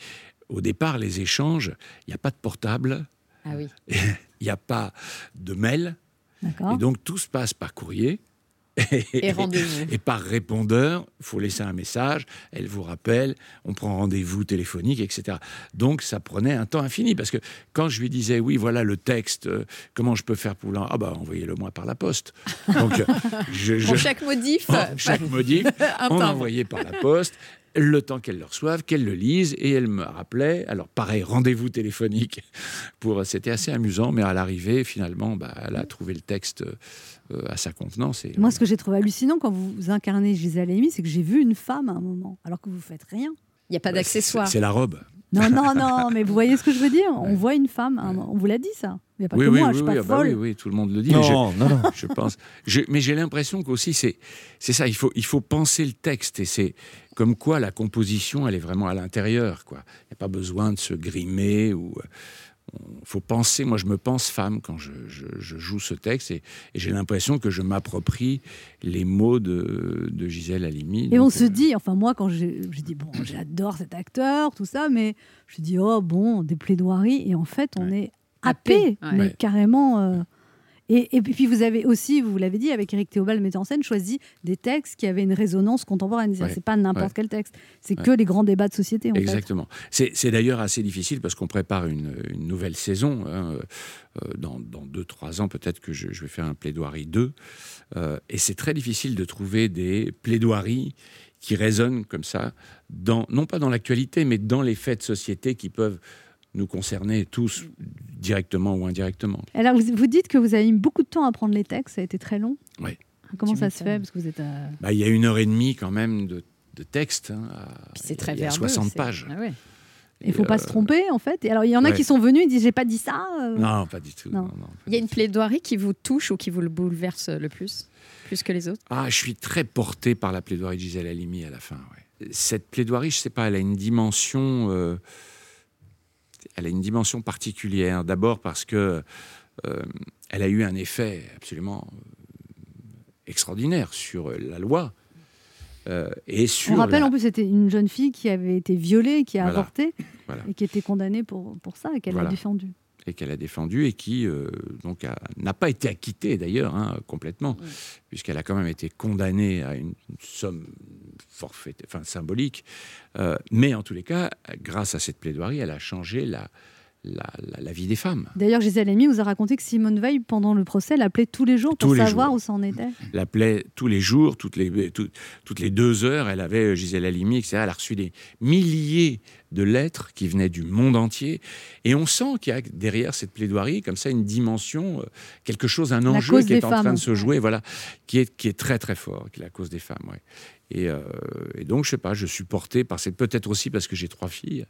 Speaker 11: au départ, les échanges, il n'y a pas de portable,
Speaker 12: Ah oui.
Speaker 11: il n'y a pas de mail,
Speaker 3: D'accord.
Speaker 4: Ah.
Speaker 11: et donc tout se passe par courrier.
Speaker 12: Et rendez-vous.
Speaker 11: Et par répondeur, il faut laisser un message, elle vous rappelle, on prend rendez-vous téléphonique, etc. Donc ça prenait un temps infini, parce que quand je lui disais, oui, voilà le texte, euh, comment je peux faire pour l'en... Ah bah envoyez-le moi par la poste. Donc euh, je,
Speaker 4: Pour
Speaker 11: je-
Speaker 4: chaque modif.
Speaker 11: Oh, chaque modif,
Speaker 4: Un
Speaker 11: on
Speaker 4: timbre.
Speaker 11: envoyait par la poste, le temps qu'elle le reçoive, qu'elle le lise, et elle me rappelait. Alors, pareil, rendez-vous téléphonique. Pour, c'était assez amusant, mais à l'arrivée, finalement, bah, elle a trouvé le texte euh, à sa contenance. Et,
Speaker 3: Moi, ce que j'ai trouvé hallucinant quand vous incarnez Gisèle Halimi, c'est que j'ai vu une femme à un moment, alors que vous faites rien.
Speaker 4: Il n'y a pas d'accessoires.
Speaker 11: c'est la robe.
Speaker 3: Non, non, non, mais vous voyez ce que je veux dire On voit une femme, à un moment. on vous l'a dit ça. Il n'y a pas
Speaker 11: oui,
Speaker 3: que
Speaker 11: oui,
Speaker 3: moi,
Speaker 11: oui,
Speaker 3: je suis
Speaker 11: oui,
Speaker 3: pas
Speaker 11: ah bah
Speaker 3: folle.
Speaker 11: oui, oui, tout le monde le dit.
Speaker 6: Non,
Speaker 11: mais je,
Speaker 6: non, non.
Speaker 11: Je pense. je- mais j'ai l'impression qu'aussi, c'est, c'est ça, il faut, il faut penser le texte. Et c'est comme quoi la composition, elle est vraiment à l'intérieur. quoi. Il n'y a pas besoin de se grimer. ou Il faut penser. Moi, je me pense femme quand je, je- je joue ce texte. Et, et j'ai l'impression que je m'approprie les mots de, de Gisèle Halimi.
Speaker 3: Et
Speaker 11: Donc, euh,
Speaker 3: on se dit, enfin moi quand j'ai j'ai dit bon j'adore cet acteur tout ça, mais je dis oh bon des plaidoiries et en fait on est happé,
Speaker 4: ouais.
Speaker 3: mais
Speaker 4: Ouais.
Speaker 3: carrément. euh, et, et puis vous avez aussi, vous l'avez dit avec Eric Théobald, metteur en scène, choisi des textes qui avaient une résonance contemporaine. C'est-à-dire,
Speaker 11: Ouais.
Speaker 3: C'est pas n'importe
Speaker 11: Ouais.
Speaker 3: quel texte, c'est
Speaker 11: Ouais.
Speaker 3: que les grands débats de société en
Speaker 11: Exactement. C'est- C'est d'ailleurs assez difficile parce qu'on prépare une, une nouvelle saison. hein. Euh, Dans, dans deux, trois ans, peut-être que je, je vais faire un plaidoirie 2. Euh, et c'est très difficile de trouver des plaidoiries qui résonnent comme ça, dans, non pas dans l'actualité, mais dans les faits de société qui peuvent nous concerner tous, directement ou indirectement.
Speaker 3: fait. Alors vous, vous dites que vous avez mis beaucoup de temps à prendre les textes, ça a été très long.
Speaker 11: Oui.
Speaker 3: Comment
Speaker 4: Ah, Tu
Speaker 3: ça se
Speaker 4: m'étonnes.
Speaker 3: fait parce que vous êtes euh,
Speaker 11: Bah, il y a une heure et demie quand même de, de texte. hein, à-
Speaker 4: C'est très
Speaker 11: il y a
Speaker 4: verbeux,
Speaker 11: 60
Speaker 4: c'est-
Speaker 11: pages.
Speaker 4: Ah ouais.
Speaker 3: Il faut pas
Speaker 11: euh,
Speaker 3: se tromper en fait. Et alors il y en a
Speaker 11: ouais.
Speaker 3: qui sont venus, ils disent j'ai pas dit ça. euh.
Speaker 11: Non, pas du tout.
Speaker 3: Non.
Speaker 11: non, non.
Speaker 4: Il y a une plaidoirie qui vous touche ou qui vous le bouleverse le plus, plus que les autres.
Speaker 11: Ah, je suis très porté par la plaidoirie de Gisèle Halimi à la fin. ouais. Cette plaidoirie, je sais pas, elle a une dimension, euh, elle a une dimension particulière. D'abord parce que euh, elle a eu un effet absolument euh, extraordinaire sur la loi euh, et sur.
Speaker 3: On rappelle
Speaker 11: la-
Speaker 3: en plus c'était une jeune fille qui avait été violée, qui a
Speaker 11: Voilà.
Speaker 3: avorté
Speaker 11: Voilà.
Speaker 3: et qui était condamnée pour, pour ça et qu'elle
Speaker 11: Voilà.
Speaker 3: a défendu.
Speaker 11: et qu'elle a défendu et qui euh, donc a- n'a pas été acquittée d'ailleurs hein, complètement puisqu'elle a quand même été condamnée à une, une somme forfait, enfin symbolique Euh, mais en tous les cas grâce à cette plaidoirie elle a changé la la, la- la vie des femmes
Speaker 3: D'ailleurs, Gisèle Halimi vous a raconté que Simone Veil, pendant le procès, l'appelait tous les jours pour
Speaker 11: Tous les
Speaker 3: savoir
Speaker 11: jours.
Speaker 3: où ça en était.
Speaker 11: l'appelait tous les jours toutes les euh, tout- toutes les deux heures elle avait euh, Gisèle Halimi etc elle a reçu des milliers de lettres qui venaient du monde entier et on sent qu'il y a derrière cette plaidoirie comme ça une dimension euh, quelque chose un
Speaker 3: La
Speaker 11: enjeu
Speaker 3: cause
Speaker 11: qui est
Speaker 3: des
Speaker 11: en
Speaker 3: femmes.
Speaker 11: train de se jouer voilà qui est qui est très très fort qui est la cause des femmes ouais. et, euh, et donc je sais pas je suis porté par c'est peut-être aussi parce que j'ai trois filles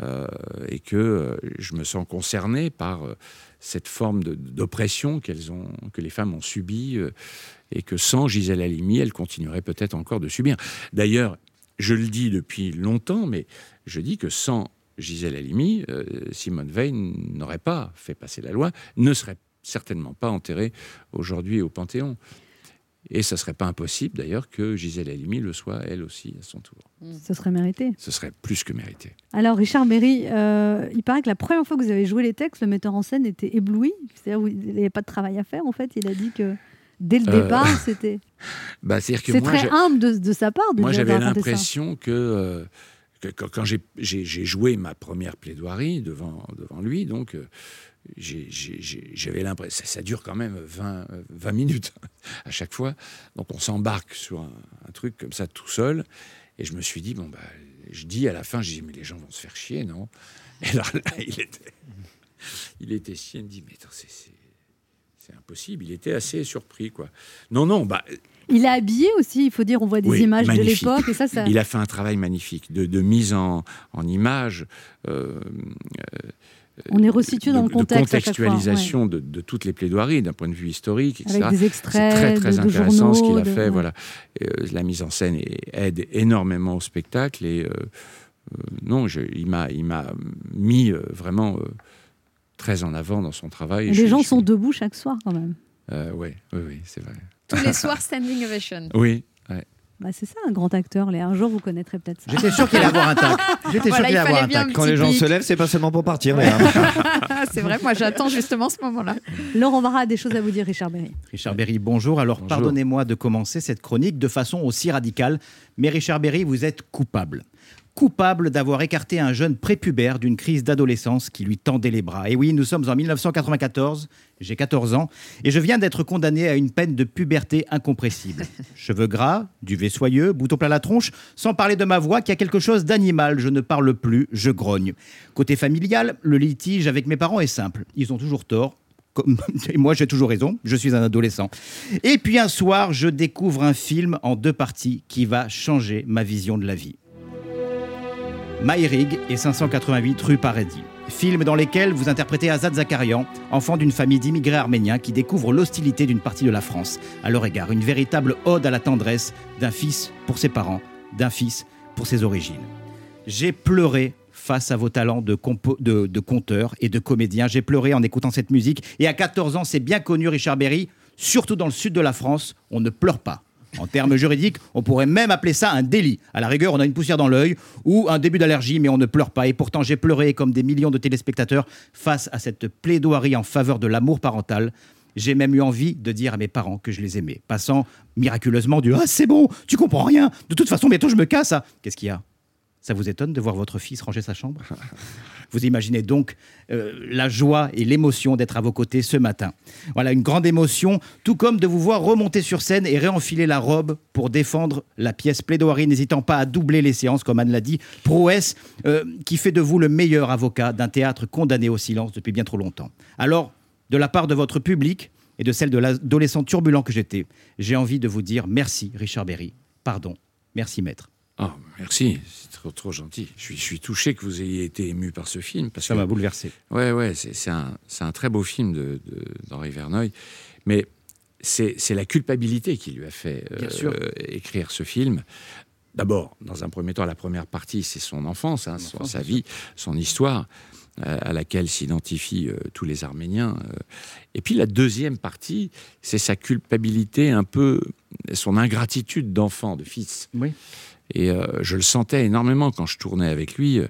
Speaker 11: euh, et que euh, je me sens concerné par euh, cette forme de- d'oppression qu'elles ont que les femmes ont subie euh, et que sans Gisèle Halimi elles continueraient peut-être encore de subir d'ailleurs je le dis depuis longtemps mais je dis que sans Gisèle Halimi, euh, Simone Veil n'aurait pas fait passer la loi, ne serait certainement pas enterrée aujourd'hui au Panthéon. Et ça serait pas impossible d'ailleurs que Gisèle Halimi le soit elle aussi à son tour.
Speaker 3: Ce serait mérité.
Speaker 11: Ce serait plus que mérité.
Speaker 3: Alors, Richard Berry, euh, il paraît que la première fois que vous avez joué les textes, le metteur en scène était ébloui. C'est-à-dire où il n'avait pas de travail à faire, en fait. Il a dit que dès le
Speaker 11: Euh,
Speaker 3: départ, c'était.
Speaker 11: Bah, c'est-à-dire que
Speaker 3: C'est
Speaker 11: moi,
Speaker 3: très
Speaker 11: j'ai-
Speaker 3: humble de, de sa part de
Speaker 11: Moi,
Speaker 3: de
Speaker 11: j'avais
Speaker 3: raconter ça.
Speaker 11: l'impression que, euh, que- que- quand j'ai- j'ai j'ai joué ma première plaidoirie devant, devant lui, donc euh, j'ai- j'ai- j'ai- j'avais l'impression, ça, ça dure quand même 20, euh, 20 minutes à chaque fois, donc on s'embarque sur un, un truc comme ça tout seul, et je me suis dit, bon, bah, je dis à la fin, je dis, mais les gens vont se faire chier, non Et alors là, il était, il était chier, il me dit, mais attends, c'est- c'est c'est c'est impossible. Il était assez surpris, quoi. Non, non, bah,
Speaker 3: Il est habillé aussi, il faut dire, on voit des
Speaker 11: Oui,
Speaker 3: images
Speaker 11: magnifique.
Speaker 3: de l'époque et ça, ça.
Speaker 11: Il a fait un travail magnifique de, de mise en, en image, euh, euh,
Speaker 3: On est resitué dans le
Speaker 11: de
Speaker 3: contexte. à chaque fois, ouais.
Speaker 11: contextualisation de, de toutes les plaidoiries d'un point de vue historique, etc.
Speaker 3: Avec des extraits
Speaker 11: C'est très, très
Speaker 3: de- de
Speaker 11: intéressant ce qu'il a
Speaker 3: journaux, de-
Speaker 11: fait.
Speaker 3: ouais.
Speaker 11: Voilà. Et, euh, la mise en scène est- aide énormément au spectacle et euh, euh, non, je- il m'a il m'a mis euh, vraiment euh, très en avant dans son travail.
Speaker 3: Et
Speaker 11: Je-
Speaker 3: les gens sont debout chaque soir quand même.
Speaker 11: euh, ouais, oui, oui, c'est vrai.
Speaker 4: Tous les soirs, standing ovation.
Speaker 11: Oui. ouais.
Speaker 3: Bah, c'est ça, un grand acteur. Léa. Un jour, vous connaîtrez peut-être ça.
Speaker 6: J'étais sûr qu'il allait avoir un tac. J'étais
Speaker 4: Voilà,
Speaker 6: sûr qu'il
Speaker 4: il
Speaker 6: allait avoir
Speaker 4: fallait
Speaker 6: un
Speaker 4: bien
Speaker 6: tac.
Speaker 4: le Quand les petit gens pic. se
Speaker 6: lèvent, c'est pas seulement pour partir.
Speaker 4: Ah, c'est vrai, moi j'attends justement ce moment-là.
Speaker 3: Laurent Barra a des choses à vous dire, Richard Berry.
Speaker 6: Richard Berry, bonjour. Alors pardonnez-moi de commencer cette chronique de façon aussi radicale, mais Richard Berry, vous êtes coupable. Coupable d'avoir écarté un jeune prépubère d'une crise d'adolescence qui lui tendait les bras. Et oui, nous sommes en 1994, j'ai 14 ans, et je viens d'être condamné à une peine de puberté incompressible. Cheveux gras, duvet soyeux, bouton plein la tronche, sans parler de ma voix qui a quelque chose d'animal. Je ne parle plus, je grogne. Côté familial, le litige avec mes parents est simple. Ils ont toujours tort, comme- Et moi, j'ai toujours raison, je suis un adolescent. Et puis un soir, je découvre un film en deux parties qui va changer ma vision de la vie. Maïrig et 588 rue Paradis. Film dans lesquels vous interprétez Azad Zakarian, enfant d'une famille d'immigrés arméniens qui découvre l'hostilité d'une partie de la France à leur égard. Une véritable ode à la tendresse d'un fils pour ses parents, d'un fils pour ses origines. J'ai pleuré face à vos talents de, compo- de, de conteur et de comédien. J'ai pleuré en écoutant cette musique. Et à 14 ans, c'est bien connu, Richard Berry, surtout dans le sud de la France, on ne pleure pas. En termes juridiques, on pourrait même appeler ça un délit. À la rigueur, on a une poussière dans l'œil ou un début d'allergie, mais on ne pleure pas. Et pourtant, j'ai pleuré comme des millions de téléspectateurs face à cette plaidoirie en faveur de l'amour parental. J'ai même eu envie de dire à mes parents que je les aimais, passant miraculeusement du Ah, c'est bon, tu comprends rien, de toute façon, bientôt je me casse. ah. Qu'est-ce qu'il y a ça vous étonne de voir votre fils ranger sa chambre Vous imaginez donc euh, la joie et l'émotion d'être à vos côtés ce matin. Voilà, une grande émotion, tout comme de vous voir remonter sur scène et réenfiler la robe pour défendre la pièce plaidoirie, n'hésitant pas à doubler les séances, comme Anne l'a dit, prouesse euh, qui fait de vous le meilleur avocat d'un théâtre condamné au silence depuis bien trop longtemps. Alors, de la part de votre public et de celle de l'adolescent turbulent que j'étais, j'ai envie de vous dire merci, Richard Berry. Pardon. Merci, maître.
Speaker 11: Ah, merci, c'est trop, trop gentil. Je suis, je suis touché que vous ayez été ému par ce film. Parce
Speaker 6: Ça
Speaker 11: que-
Speaker 6: m'a bouleversé.
Speaker 11: Ouais, ouais, c'est c'est un, c'est un très beau film d'Henri de, d'Henri Verneuil. Mais c'est c'est la culpabilité qui lui a fait euh,
Speaker 6: Bien sûr.
Speaker 11: euh, écrire ce film. D'abord, dans un premier temps, la première partie, c'est son enfance, hein, son- sa vie, son histoire, euh, à laquelle s'identifient euh, tous les Arméniens. euh. Et puis la deuxième partie, c'est sa culpabilité, un peu son ingratitude d'enfant, de fils.
Speaker 6: Oui.
Speaker 11: Et euh, je le sentais énormément quand je tournais avec lui, euh,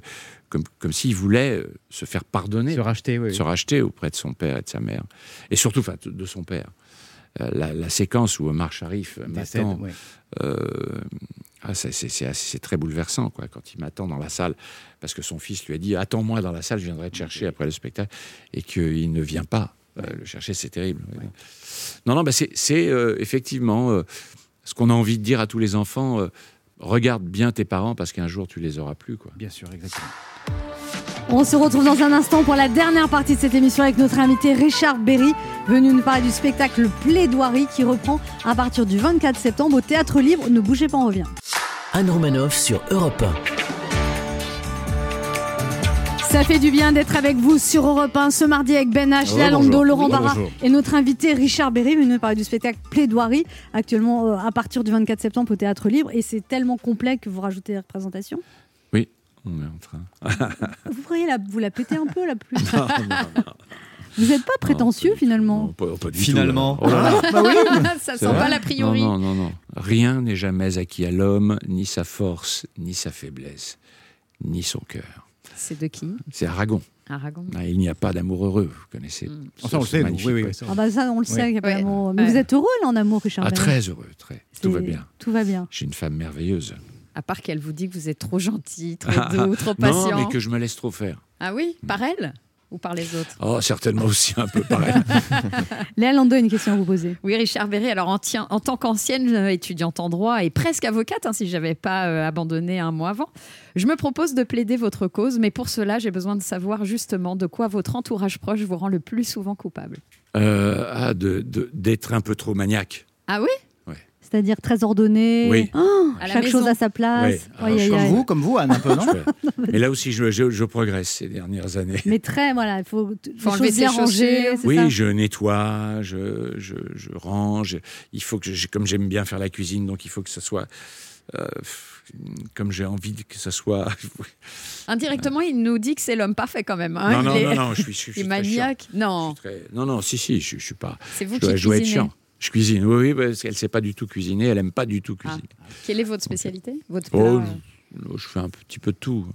Speaker 11: comme, comme s'il voulait euh, se faire pardonner. Se
Speaker 6: racheter, oui.
Speaker 11: Se racheter auprès de son père et de sa mère. Et surtout, enfin, de- de son père. Euh, la, la séquence où Omar Sharif euh,
Speaker 6: Décède,
Speaker 11: m'attend,
Speaker 6: ouais.
Speaker 11: euh, ah, c'est- c'est- c'est assez- c'est très bouleversant quoi, quand il m'attend dans la salle, parce que son fils lui a dit Attends-moi dans la salle, je viendrai te chercher après le spectacle, et qu'il ne vient pas euh, le chercher, c'est terrible. Non, non, bah, c'est c'est, euh, effectivement euh, ce qu'on a envie de dire à tous les enfants euh, regarde bien tes parents, parce qu'un jour tu les auras plus. Quoi.
Speaker 6: Bien sûr, exactement.
Speaker 3: On se retrouve dans un instant pour la dernière partie de cette émission avec notre invité Richard Berry, venu nous parler du spectacle Plaidoirie qui reprend à partir du 24 septembre au Théâtre Libre. Ne bougez pas, on revient.
Speaker 2: Anne Romanoff sur Europe
Speaker 3: Ça fait du bien d'être avec vous sur Europe 1 ce mardi avec Ben H,
Speaker 2: Oh,
Speaker 3: Léa Landau,
Speaker 2: bonjour.
Speaker 3: Laurent
Speaker 2: Oui,
Speaker 3: Barra
Speaker 2: bonjour.
Speaker 3: et notre invité Richard Berry, venu nous parler du spectacle Plaidoirie, actuellement euh, à partir du 24 septembre au Théâtre Libre. Et c'est tellement complet que vous rajoutez des représentations.
Speaker 11: Oui, on est en train.
Speaker 3: Vous pourriez la, vous la péter un peu la plus.
Speaker 11: Non, non,
Speaker 3: Vous n'êtes pas prétentieux finalement.
Speaker 5: Finalement.
Speaker 11: tout, là. Oh là là.
Speaker 3: Bah oui. Ça
Speaker 11: C'est
Speaker 3: sent
Speaker 11: vrai.
Speaker 3: pas l'a priori.
Speaker 11: Non, non, non, non. Rien n'est jamais acquis à l'homme, ni sa force, ni sa faiblesse, ni son cœur.
Speaker 4: C'est de qui
Speaker 11: C'est Aragon.
Speaker 4: Aragon.
Speaker 11: Ah, Il n'y a pas d'amour heureux, vous connaissez.
Speaker 6: Ah, ça, on le sait, nous.
Speaker 11: magnifique
Speaker 6: Oui, oui,
Speaker 11: poème.
Speaker 6: ça,
Speaker 3: Mm. Ah bah ça on le sait, qu'il y a pas
Speaker 4: Ouais.
Speaker 3: d'amour. Mais vous êtes heureux là en amour Richard
Speaker 11: Ah,
Speaker 3: Berry
Speaker 11: très heureux, très. Tout va bien.
Speaker 3: Tout va bien.
Speaker 11: J'ai une femme merveilleuse.
Speaker 4: À part qu'elle vous dit que vous êtes trop gentil, trop doux, trop patient.
Speaker 11: Non, mais que je me laisse trop faire.
Speaker 4: Ah oui, par elle ou par les autres
Speaker 11: Oh, certainement aussi un peu pareil.
Speaker 3: Léa Landau, une question à vous poser.
Speaker 4: Oui, Richard Berry, alors en, tien- en tant qu'ancienne euh, étudiante en droit et presque avocate, hein, si je n'avais pas euh, abandonné un mois avant, je me propose de plaider votre cause, mais pour cela, j'ai besoin de savoir justement de quoi votre entourage proche vous rend le plus souvent coupable.
Speaker 11: euh, ah, de- de- d'être un peu trop maniaque.
Speaker 3: Ah oui C'est-à-dire très ordonné,
Speaker 11: Oui.
Speaker 3: Oh,
Speaker 4: À la
Speaker 3: chaque
Speaker 4: maison.
Speaker 3: chose à sa place.
Speaker 11: Ouais,
Speaker 3: Aïe, aïe,
Speaker 11: comme
Speaker 3: aïe.
Speaker 11: vous, comme vous, Anne, un peu, non Mais là aussi, je, je- je progresse ces dernières années.
Speaker 3: Mais très, voilà, il faut, t- les
Speaker 4: enlever
Speaker 3: choses bien
Speaker 4: ses
Speaker 3: rangées.
Speaker 4: chaussures.
Speaker 3: c'est
Speaker 11: Oui,
Speaker 3: ça
Speaker 11: je nettoie, je, je, je range. Il faut que, je- comme j'aime bien faire la cuisine, donc il faut que ça soit euh, comme j'ai envie que ça soit.
Speaker 4: Indirectement, il nous dit que c'est l'homme parfait quand même. hein.
Speaker 11: Non,
Speaker 4: Il
Speaker 11: non,
Speaker 4: est-
Speaker 11: non, non, je suis- je suis
Speaker 4: il est
Speaker 11: très chiant.
Speaker 4: maniaque. Non.
Speaker 11: Très- Non, non, si, si, je, je suis pas.
Speaker 4: C'est vous
Speaker 11: je
Speaker 4: qui
Speaker 11: dois, je dois être
Speaker 4: cuisinez.
Speaker 11: chiant. Je cuisine, oui, oui, parce qu'elle sait pas du tout cuisiner, elle aime pas du tout cuisiner.
Speaker 4: Quelle est votre spécialité Votre plat
Speaker 11: Oh,
Speaker 4: euh,
Speaker 11: je- je fais un petit peu de tout.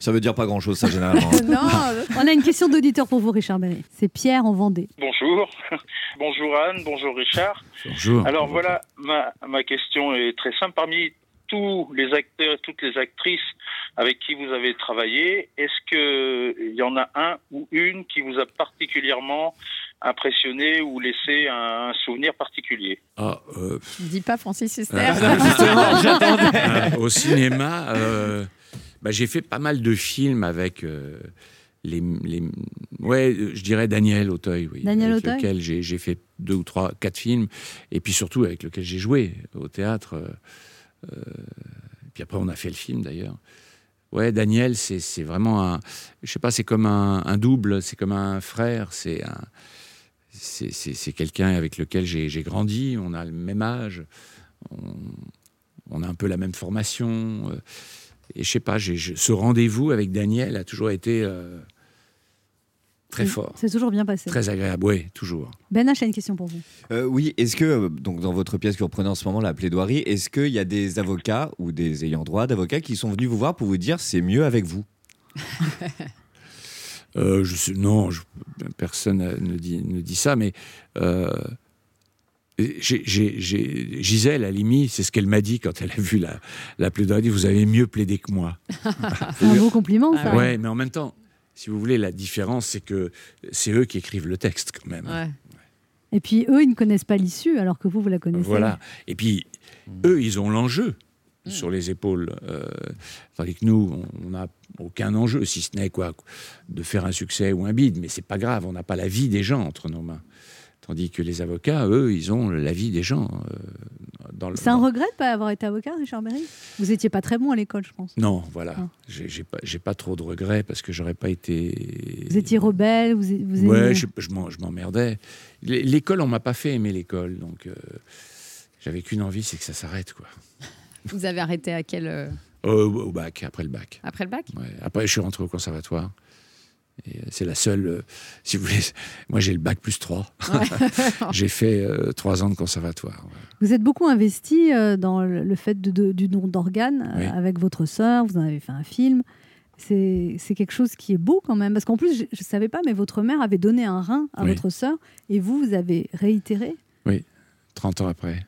Speaker 5: Ça veut dire pas grand chose, ça, généralement.
Speaker 3: Non, euh, on a une question d'auditeur pour vous, Richard Berry. C'est Pierre en Vendée.
Speaker 13: Bonjour. Bonjour Anne, bonjour Richard.
Speaker 11: Bonjour.
Speaker 13: Alors voilà, ma, ma question est très simple. Parmi tous les acteurs, toutes les actrices avec qui vous avez travaillé, est-ce qu'il y en a un ou une qui vous a particulièrement impressionné ou laissé un, un souvenir particulier
Speaker 11: Ah, euh,
Speaker 4: Je ne dis pas Francis Huster.
Speaker 11: Ah.
Speaker 3: Ah.
Speaker 11: Euh, au cinéma, euh, bah, j'ai fait pas mal de films avec euh, les, les- Ouais, euh, je dirais Daniel Auteuil, oui.
Speaker 3: Daniel
Speaker 11: avec
Speaker 3: Auteuil.
Speaker 11: lequel j'ai j'ai fait deux ou trois, quatre films, et puis surtout avec lequel j'ai joué au théâtre. euh, euh, et puis après, on a fait le film d'ailleurs. Ouais, Daniel, c'est c'est vraiment un. Je sais pas, c'est comme un, un double, c'est comme un frère, c'est un. C'est c'est- c'est quelqu'un avec lequel j'ai j'ai grandi, on a le même âge, on, on a un peu la même formation. euh, et je sais pas, j'ai- je- ce rendez-vous avec Daniel a toujours été euh, très fort,
Speaker 3: C'est toujours bien passé.
Speaker 11: très agréable,
Speaker 5: hein.
Speaker 11: oui, toujours.
Speaker 3: Ben H a une question pour vous.
Speaker 5: Euh, oui, est-ce que, euh, donc dans votre pièce que vous reprenez en ce moment, la plaidoirie, est-ce qu'il y a des avocats ou des ayants droit d'avocats qui sont venus vous voir pour vous dire c'est mieux avec vous
Speaker 11: Euh, je sais- non, je- personne euh, ne dit, ne dit ça, mais euh, j'ai- j'ai- j'ai- Gisèle, à l'IMI, c'est ce qu'elle m'a dit quand elle a vu la, la plaidoirie, elle dit, vous avez mieux plaidé que moi.
Speaker 3: C'est un beau compliment, ça.
Speaker 11: Ah ouais, mais en même temps, si vous voulez, la différence, c'est que c'est eux qui écrivent le texte quand même.
Speaker 3: Et puis eux, ils ne connaissent pas l'issue, alors que vous, vous la connaissez.
Speaker 11: Voilà. Et puis, eux, ils ont l'enjeu
Speaker 3: Mm.
Speaker 11: sur les épaules, euh, tandis que nous, on- on n'a aucun enjeu, si ce n'est quoi, de faire un succès ou un bid. Mais c'est pas grave, on n'a pas la vie des gens entre nos mains. Tandis que les avocats, eux, ils ont la vie des gens. euh, dans le,
Speaker 3: C'est un
Speaker 11: dans-
Speaker 3: regret de pas avoir été avocat, Richard Berry Vous étiez pas très bon à l'école, je pense.
Speaker 11: Non, voilà.
Speaker 3: Ah.
Speaker 11: J'ai j'ai pas, j'ai pas trop de regrets parce que j'aurais pas été.
Speaker 3: Vous étiez rebelle, vous, vous
Speaker 11: Ouais,
Speaker 3: aimiez-
Speaker 11: je, je m'en- je m'emmerdais. L- L'école, on m'a pas fait aimer l'école, donc euh, j'avais qu'une envie, c'est que ça s'arrête, quoi.
Speaker 4: Vous avez arrêté à quel euh,
Speaker 11: Au, au bac, après le bac.
Speaker 4: après le bac
Speaker 11: Ouais. Après, je suis rentré au conservatoire. Et euh, c'est la seule. euh, si vous voulez, moi j'ai le bac plus 3. j'ai fait euh, trois ans de conservatoire.
Speaker 3: Vous êtes beaucoup investi euh, dans le le fait de- de- du don d'organes euh,
Speaker 11: Oui.
Speaker 3: avec votre sœur, vous en avez fait un film. C'est c'est quelque chose qui est beau quand même, parce qu'en plus, je ne savais pas, mais votre mère avait donné un rein à
Speaker 11: Oui.
Speaker 3: votre sœur, et vous, vous avez réitéré.
Speaker 11: Oui, 30 ans après.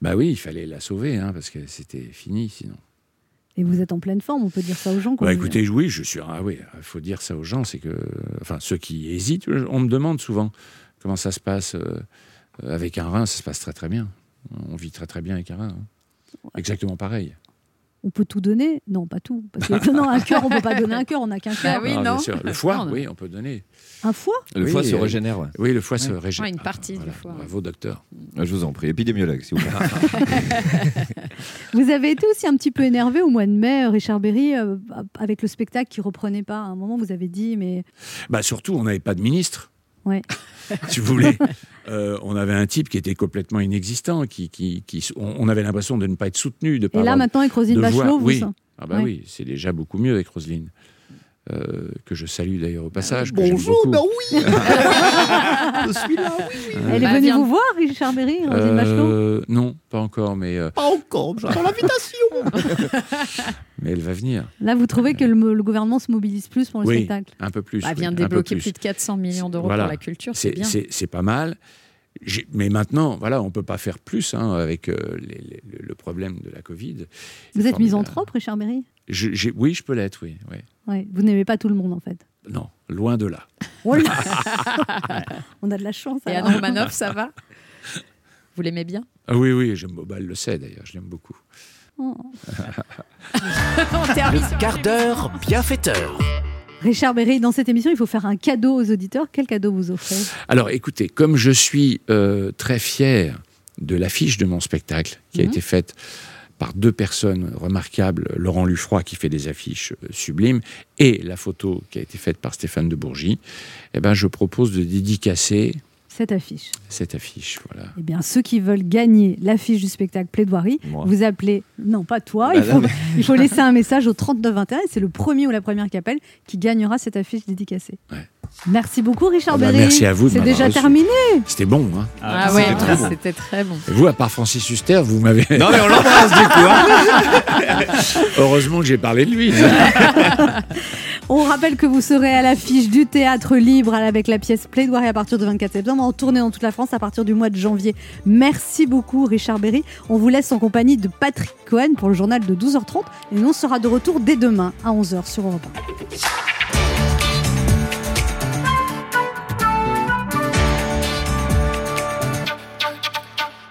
Speaker 11: Bah oui, il fallait la sauver, hein, parce que c'était fini sinon.
Speaker 3: Et vous êtes en pleine forme, on peut dire ça aux gens. quand
Speaker 11: Bah
Speaker 3: vous-
Speaker 11: écoutez, oui, je suis. Ah oui, il faut dire ça aux gens, c'est que. Enfin, ceux qui hésitent, on me demande souvent comment ça se passe euh, avec un rein, ça se passe très très bien. On vit très très bien avec un rein. hein. Exactement pareil.
Speaker 3: On peut tout donner Non, pas tout. Parce que non, un cœur, on peut pas donner un cœur, on n'a qu'un cœur.
Speaker 11: Ah, bien sûr. Le foie, oui, on peut donner.
Speaker 3: Un foie
Speaker 5: Le foie se
Speaker 11: euh,
Speaker 5: régénère, ouais.
Speaker 11: Oui, le foie se
Speaker 5: Ouais.
Speaker 11: régénère.
Speaker 4: Ouais, Ah, Une partie du foie.
Speaker 11: Bravo, docteur.
Speaker 5: Je vous en prie, épidémiologue, s'il vous plaît.
Speaker 3: Vous avez été aussi un petit peu énervé au mois de mai, euh, Richard Berry, euh, avec le spectacle qui reprenait pas. À un moment, vous avez dit, mais.
Speaker 11: Bah, surtout, on n'avait pas de ministre,
Speaker 3: Ouais.
Speaker 11: si vous voulez. Euh, on avait un type qui était complètement inexistant, qui, qui, qui- on, on avait l'impression de ne pas être soutenu, de pas
Speaker 3: Et là,
Speaker 11: avoir-
Speaker 3: maintenant, avec Roselyne
Speaker 11: de
Speaker 3: Bachelot,
Speaker 11: voix.
Speaker 3: vous
Speaker 11: oui.
Speaker 3: sent-
Speaker 11: Ah bah
Speaker 3: Ouais.
Speaker 11: oui, c'est déjà beaucoup mieux avec Roselyne. euh, que je salue d'ailleurs au passage. que j'aime
Speaker 8: Bonjour,
Speaker 11: beaucoup. Euh,
Speaker 8: bah
Speaker 3: ben oui
Speaker 8: Je suis là, oui, oui.
Speaker 3: Elle est
Speaker 11: Bah,
Speaker 3: venue
Speaker 11: viens.
Speaker 3: vous voir, Richard Berry, Roselyne Bachelot
Speaker 11: Euh, non, pas encore, mais, euh,
Speaker 3: Pas encore, j'attends l'invitation
Speaker 11: mais elle va venir.
Speaker 3: Là, vous trouvez que le, mo- le gouvernement se mobilise plus pour le
Speaker 11: oui,
Speaker 3: spectacle
Speaker 11: un peu plus.
Speaker 4: Bah,
Speaker 11: oui,
Speaker 4: vient
Speaker 11: un peu
Speaker 4: débloquer
Speaker 11: plus.
Speaker 4: plus de 400 millions d'euros
Speaker 11: Voilà.
Speaker 4: pour la culture, c'est bien.
Speaker 11: C'est pas mal. J'ai- Mais maintenant, voilà, on ne peut pas faire plus hein, avec euh, les- les- le- le problème de la Covid.
Speaker 3: Vous êtes
Speaker 11: Formidable.
Speaker 3: misanthrope, Richard Berry
Speaker 11: Je- j'ai- Oui, je peux l'être, oui. oui.
Speaker 3: ouais, Vous n'aimez pas tout le monde, en fait.
Speaker 11: Non, loin de là.
Speaker 3: Oh là On a de la chance.
Speaker 4: Et
Speaker 3: alors.
Speaker 4: Anne Romanoff, ça va Vous l'aimez bien
Speaker 11: Ah oui, oui, j'aime bah, elle le sait d'ailleurs, je l'aime beaucoup.
Speaker 4: Oh.
Speaker 2: Le quart d'heure bienfaiteur.
Speaker 3: Richard Berry, dans cette émission, il faut faire un cadeau aux auditeurs. Quel cadeau vous offrez
Speaker 11: Alors écoutez, comme je suis euh, très fier de l'affiche de mon spectacle qui a
Speaker 3: Mhm.
Speaker 11: été faite par deux personnes remarquables, Laurent Lufroy qui fait des affiches euh, sublimes et la photo qui a été faite par Stéphane de Bourgie, eh ben, je propose de dédicacer
Speaker 3: Cette affiche.
Speaker 11: cette affiche. Voilà.
Speaker 3: Eh bien, ceux qui veulent gagner l'affiche du spectacle Plaidoirie,
Speaker 11: Moi.
Speaker 3: vous appelez, non pas toi,
Speaker 11: Bah
Speaker 3: il,
Speaker 11: non,
Speaker 3: faut,
Speaker 11: mais-
Speaker 3: il faut laisser un message au 3921 et c'est le premier ou la première qui appelle qui gagnera cette affiche dédicacée. Merci beaucoup Richard
Speaker 11: Ah bah,
Speaker 3: Berry.
Speaker 11: merci à vous de
Speaker 3: Oh, ben, C'est
Speaker 11: m'avoir
Speaker 3: déjà
Speaker 11: reçu.
Speaker 3: terminé.
Speaker 11: C'était bon, hein
Speaker 4: Ah, ouais, c'était très bon.
Speaker 11: Et vous, à part Francis Huster, vous m'avez.
Speaker 5: Non, mais on l'embrasse, hein.
Speaker 11: du coup. Heureusement que j'ai parlé de lui.
Speaker 3: On rappelle que vous serez à l'affiche du théâtre libre avec la pièce Plaidoirie à partir du 24 septembre, en tournée dans toute la France à partir du mois de janvier. Merci beaucoup Richard Berry. On vous laisse en compagnie de Patrick Cohen pour le journal de 12h30 et nous on sera de retour dès demain à 11h sur Europe 1.